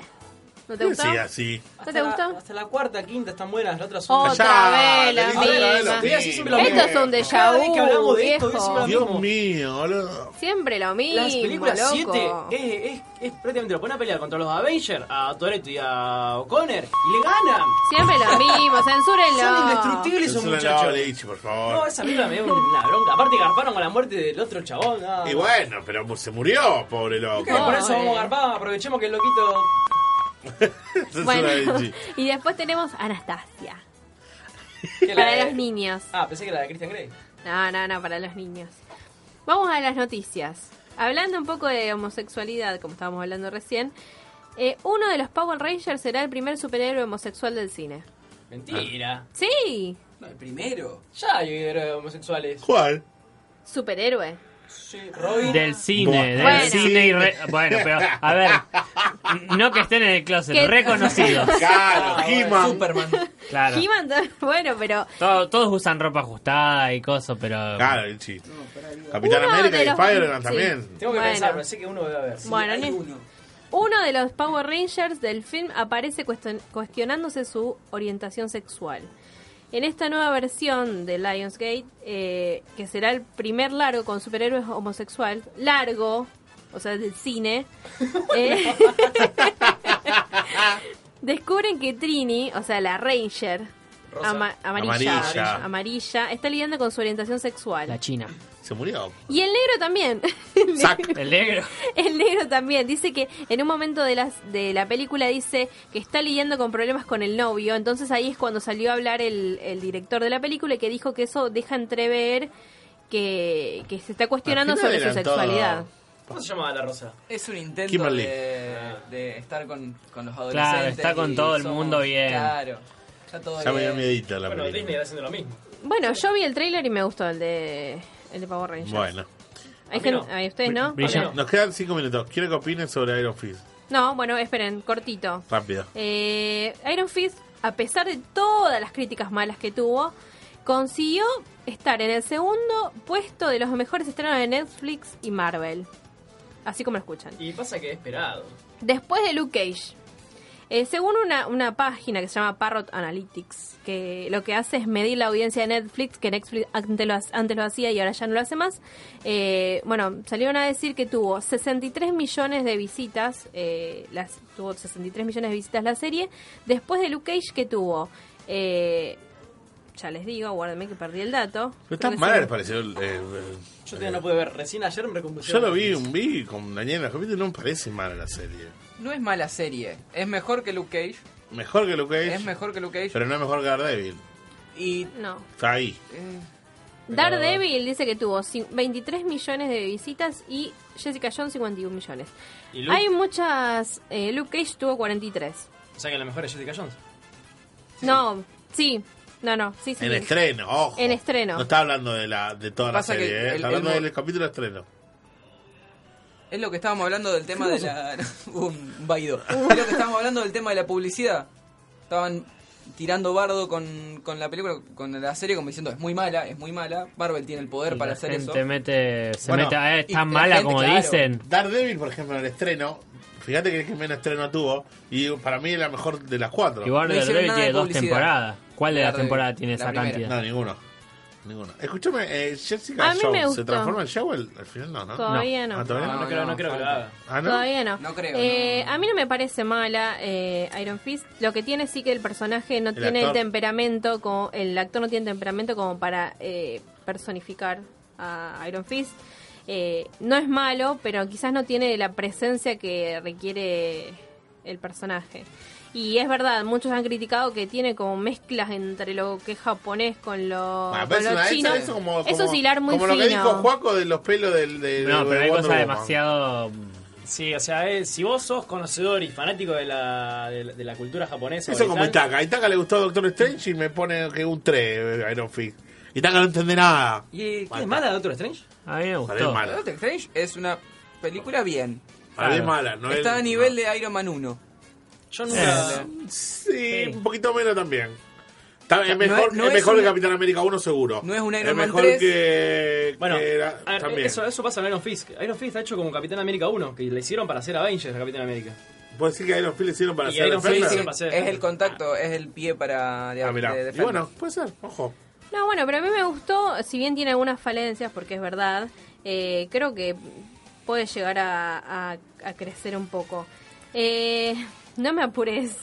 S8: ¿No te gustó?
S5: Sí, así.
S8: ¿No te gustó? Oh,
S6: Hasta la cuarta, quinta están buenas, las otras son.
S8: Otra vez la
S5: Callá,
S8: misma.
S5: Larisa,
S6: Mira, sí, siempre lo mismo.
S8: Esto es un déjà
S6: Cada vez que hablamos
S8: vu,
S6: de esto,
S8: viejo.
S6: decimos
S5: Dios mío, boludo.
S8: Siempre lo mismo,
S6: Las películas 7
S8: loco.
S6: es, es, es prácticamente lo ponen a pelear contra los Avengers, a Toretto y a O'Connor, y le ganan.
S8: Siempre lo mismo,
S6: Son
S8: censúrenlo.
S6: indestructibles esos
S5: Censura la
S6: muchachos.
S5: Bleach, por favor.
S6: No, esa película me dio una bronca. Aparte garparon con la muerte del otro chabón. no.
S5: Y bueno, pero se murió, pobre loco.
S6: Que por
S8: No,
S6: eso vamos a
S8: eh.
S6: garpar, aprovechemos que el loquito...
S5: Censura
S8: Bueno,
S5: Bleach.
S8: y después tenemos Anastasia.
S6: que la-
S8: Para los niños.
S6: Ah, pensé que era de Christian Grey.
S8: No, no, no, para los niños. Vamos a las noticias. Hablando un poco de homosexualidad, como estábamos hablando recién, eh, uno de los Power Rangers será el primer superhéroe homosexual del cine.
S6: Mentira.
S8: Sí,
S9: No, el primero.
S6: Ya hay héroes homosexuales.
S5: ¿Cuál?
S8: superhéroe.
S6: Sí, Robin.
S7: Del cine,
S5: Bueno.
S7: del
S8: Bueno.
S7: cine y re- Bueno, pero a ver, no que estén en el closet,
S8: ¿Qué?
S7: reconocidos.
S5: Claro, He-Man.
S9: Superman.
S7: Claro.
S8: He-Man, bueno, pero
S7: Todo- todos usan ropa ajustada y cosas, pero.
S5: Claro, el chiste. Capitán
S8: Uno
S5: América
S8: de
S5: y
S8: los-
S5: Spider-Man
S8: sí.
S5: también.
S6: Tengo que
S8: Bueno.
S6: pensar, pensé que uno debe haber.
S9: Sí,
S8: Bueno,
S9: hay
S8: ni-
S9: uno.
S8: uno de los Power Rangers del film aparece cuestion- cuestionándose su orientación sexual. En esta nueva versión de Lionsgate, eh, que será el primer largo con superhéroes homosexual, largo, o sea, del cine, eh, descubren que Trini, o sea, la Ranger,
S6: Rosa.
S8: ama- amarilla,
S5: Amarilla.
S8: amarilla, está lidiando con su orientación
S7: La
S8: sexual.
S7: China.
S5: Se murió.
S8: Y el negro también. El
S5: Zack.
S7: El negro.
S8: el negro también dice que en un momento de, las, de la película dice que está lidiando con problemas con el novio. Entonces ahí es cuando salió a hablar el, el director de la película y que dijo que eso deja entrever que, que se está cuestionando
S5: Al final
S8: sobre su
S5: eran todos-
S8: sexualidad.
S6: ¿Cómo se llamaba la rosa? Ah.
S9: Es un intento
S5: Kimberly.
S9: de, de estar con, con los adolescentes.
S7: Claro, está con
S9: y
S7: todo el mundo bien.
S9: Claro, está todo
S5: Ya me dio
S9: bien.
S5: miedito la
S6: Bueno, Disney
S5: película.
S6: está haciendo lo mismo.
S8: Bueno, yo vi el tráiler y me gustó el de, el de Power Rangers.
S5: Bueno,
S8: Hay
S6: a mí
S8: gente-
S6: no.
S8: ay, ¿Ustedes no?
S7: Brilla.
S8: Ok.
S5: nos quedan cinco minutos. Quiero que opinen sobre Iron Fist.
S8: No, bueno, esperen, cortito.
S5: Rápido.
S8: Eh, Iron Fist, a pesar de todas las críticas malas que tuvo, consiguió estar en el segundo puesto de los mejores estrenos de Netflix y Marvel. Así como lo escuchan.
S6: Y pasa que he esperado.
S8: Después de Luke Cage. Eh, según una, una página que se llama Parrot Analytics, que lo que hace es medir la audiencia de Netflix, que Netflix antes lo, ha- antes lo hacía y ahora ya no lo hace más, eh, bueno, salieron a decir que tuvo 63 millones de visitas, eh, las, tuvo 63 millones de visitas la serie, después de Luke Cage que tuvo, eh, ya les digo, guárdenme que perdí el dato.
S5: Pero tan
S8: Creo que
S5: mala
S8: son-
S5: les pareció. el- eh, el-
S6: Yo
S5: el-
S6: todavía no pude ver. Recién ayer me recompuse.
S5: Yo lo vi, un vi con Daniel en la y no me parece mala la serie.
S9: No es mala serie. Es mejor que Luke Cage.
S5: Mejor que Luke Cage,
S9: Es mejor que Luke Cage.
S5: pero no es mejor que Daredevil.
S9: Y.
S8: No.
S5: Está ahí.
S9: eh,
S8: Daredevil dice que tuvo cin- 23 millones de visitas y Jessica Jones 51 millones.
S6: ¿Y Luke?
S8: Hay muchas... eh, Luke Cage tuvo 43.
S6: O sea que la mejor es Jessica Jones.
S8: No, sí. No, no, sí, sí.
S5: En estreno, ojo.
S8: En estreno.
S5: No está hablando de, la, de toda la
S9: Pasa que
S5: serie, ¿eh?
S9: el-
S5: está
S9: el
S5: hablando
S9: mo-
S5: del capítulo de estreno.
S9: Es lo que estábamos hablando del tema de la. un vaido. Es lo que estábamos hablando del tema de la publicidad. Estaban tirando bardo con, con la película, con la serie, como diciendo es muy mala, es muy mala. Marvel tiene el poder
S7: Y
S9: para
S7: la
S9: hacer
S7: gente
S9: eso.
S7: mete. Se
S5: Bueno,
S7: mete. "Ah, es
S9: y
S7: tan
S9: la
S7: mala
S9: gente,
S7: como
S9: claro.
S7: dicen.
S5: Daredevil, por ejemplo, en el estreno, fíjate que es que menos estreno tuvo, y para mí es la mejor de las cuatro.
S7: Igual
S9: No
S7: de
S9: hicieron nada de
S7: tiene dos
S9: publicidad.
S7: temporadas. ¿Cuál de
S9: La
S7: las
S9: de-
S7: temporadas tiene
S9: la
S7: esa
S9: primera.
S7: cantidad?
S5: No, ninguno. Ninguno. Escúchame, eh, Jessica
S8: A mí me
S5: Jones,
S8: gustó.
S5: ¿se transforma en Jewel? Al final no, ¿no?
S8: Todavía no.
S5: Ah, ¿todavía
S6: No,
S5: no?
S6: no, creo, no,
S9: no,
S6: creo que lo
S9: falta.
S6: haga.
S5: Ah, ¿no?
S8: Todavía no.
S9: No creo,
S8: Eh,
S9: no.
S8: A mí no me parece mala eh, Iron Fist. Lo que tiene sí que el personaje no tiene
S5: actor.
S8: el temperamento, como, el actor no tiene temperamento como para eh, personificar a Iron Fist. Eh, no es malo, pero quizás no tiene la presencia que requiere el personaje. Y es verdad, muchos han criticado que tiene como mezclas entre lo que es japonés con lo,
S5: Bueno, Ah, pero
S8: con
S5: es
S8: lo
S5: una-
S8: chino.
S5: eso, como,
S8: Eso es
S5: como-
S8: hilar muy
S5: Como
S8: fino.
S5: lo que dijo Juaco de los pelos del. De,
S7: No,
S5: de
S7: pero
S5: Wonder
S7: hay cosas
S5: Woman.
S7: demasiado. mm,
S6: Sí, o sea, eh, si vos sos conocedor y fanático de la, de la, de la cultura japonesa.
S5: Eso como
S6: oriental,
S5: Itaca. Itaca le gustó Doctor Strange y me pone que un 3 Iron Fist. Itaca no entiende nada.
S9: ¿Y qué
S6: ¿Qué es mala de Doctor Strange?
S7: A mí me
S5: Para él
S7: gustó.
S5: mala.
S9: Doctor Strange es una película bien.
S5: Para mí es mala, no
S9: Está
S5: es-
S9: a nivel de Iron Man 1.
S6: Yo
S5: nunca- Sí, un poquito menos también. Está- es
S9: No es-
S5: mejor,
S9: no
S5: es
S9: es
S5: mejor que
S9: una-
S5: Capitán América 1 seguro.
S9: No es un Iron
S5: es
S9: Man
S5: mejor
S9: 3.
S5: que...
S6: Bueno,
S5: que la-
S6: a ver,
S5: también.
S6: eso, eso pasa en Iron Fist. que Iron Fist está hecho como Capitán América 1, que le hicieron para hacer Avengers a Capitán América.
S5: ¿Puedes decir que Iron Fist le hicieron para
S6: Y
S5: hacer
S6: Iron Fist
S5: Defender?
S6: le hicieron
S9: Es el contacto, es el pie para de,
S5: Ah, mirá.
S9: de
S5: Y
S9: Defender.
S5: bueno, puede ser, ojo.
S8: No, bueno, pero a mí me gustó, si bien tiene algunas falencias, porque es verdad, eh, creo que puede llegar a, a- a crecer un poco. Eh, no me apures.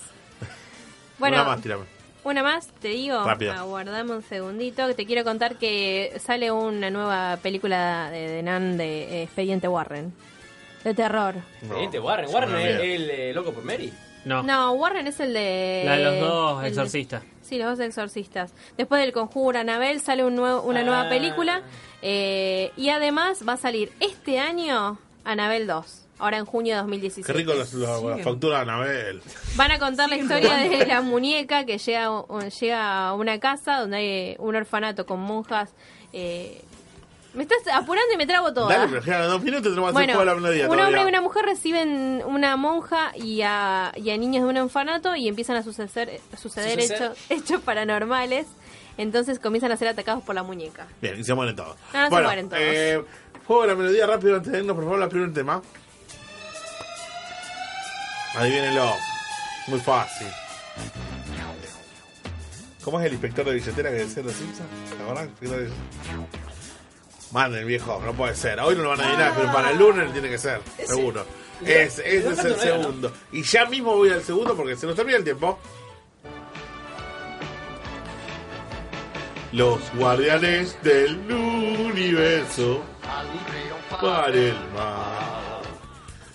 S8: Bueno,
S5: Una más, tirame.
S8: una más, te digo,
S5: Rápido.
S8: aguardame un segundito, que te quiero contar que sale una nueva película de, de Nan de eh, Expediente Warren, de terror.
S6: Expediente Warren.
S7: Sí,
S6: Warren
S7: me
S6: es
S7: olvidé.
S6: el eh, loco por Mary.
S7: No.
S8: No, Warren es el de...
S7: La de los dos
S8: el de-
S7: exorcistas.
S8: Sí, los dos exorcistas. Después del conjuro Anabel sale un nuevo- una nueva
S7: Ah.
S8: película eh, y además va a salir este año Anabel 2, ahora en junio de 2017.
S5: Qué rico los, los- las facturas de Anabel.
S8: Van a contar la historia de la muñeca que llega, a un- llega a una casa donde hay un orfanato con monjas. eh, me estás apurando y me trago todo.
S5: Dale, pero quedan dos minutos y tenemos que hacer
S8: Bueno,
S5: toda la melodía
S8: un hombre
S5: todavía.
S8: y una mujer reciben una monja y a, y a niños de un orfanato y empiezan a suceder, a suceder
S5: ¿Suceder?
S8: hechos, hechos paranormales. Entonces comienzan a ser atacados por la muñeca.
S5: Bien, y se mueren todos.
S8: No, no se
S5: bueno,
S8: mueren todos.
S5: Eh, juego la melodía rápido antes de irnos, por favor, la primer tema. Adivínenlo. Muy fácil. ¿Cómo es el inspector de billetera que decía los Simpsons? ¿Te acordás? Inspector de billetera. Manden, viejo, no puede ser. Hoy no lo van a adivinar, pero para el lunes tiene que ser,
S12: Ese-
S5: seguro.
S12: Igual-
S5: Ese, ese
S12: igual
S5: es el
S12: no era, ¿no?
S5: segundo. Y ya mismo voy al segundo porque se nos termina el tiempo. Los guardianes del universo para el mar.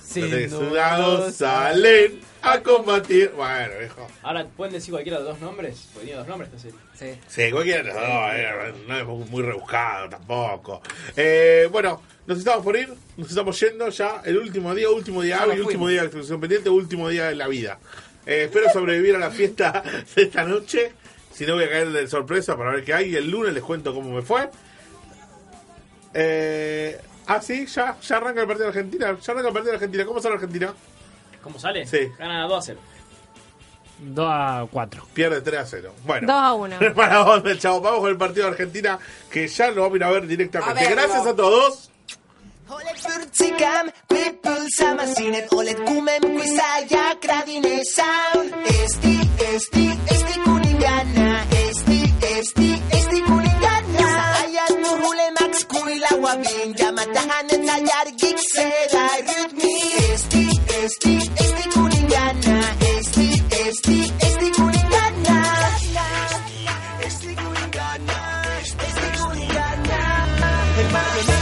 S6: Sin
S5: Los
S6: dudas.
S5: desnudados salen a combatir. Bueno, viejo.
S6: Ahora, ¿pueden decir cualquiera de los dos nombres? Porque tiene dos nombres esta serie.
S9: Sí.
S5: Sí, cualquiera de los dos, eh, no es muy rebuscado tampoco. Eh, bueno, nos estamos por ir, nos estamos yendo ya. El último día, último día
S12: Ya
S5: hábil,
S12: nos
S5: último
S12: fuimos.
S5: día de actualización pendiente, último día de la vida. Eh, espero sobrevivir a la fiesta de esta noche. Si no, voy a caer de sorpresa para ver qué hay. Y el lunes les cuento cómo me fue. Eh, ah, sí, ya, ya arranca el partido de Argentina. Ya arranca el partido de Argentina. ¿Cómo sale Argentina?
S6: ¿Cómo sale?
S5: Sí.
S6: Gana 2 a 0.
S5: 2 a 4. Pierde 3 a 0. Bueno.
S6: 2 a 1.
S5: Para vos, del chavo. Vamos con el partido de Argentina, que ya lo vamos a ir a ver
S12: A
S5: directamente.
S12: verlo.
S5: Gracias a todos.
S12: Turtsikam, pepulsama sinet olet kumen kuisaia gradine sound. Esti, esti, esti kuningana, esti, esti, esti kuningana. Ayan muhule max kunila wabin, yamatahan et ayar giksela rytmi. Esti, esti, esti kuningana, esti, esti, esti kuningana. Esti kuningana, esti kuningana, hermana.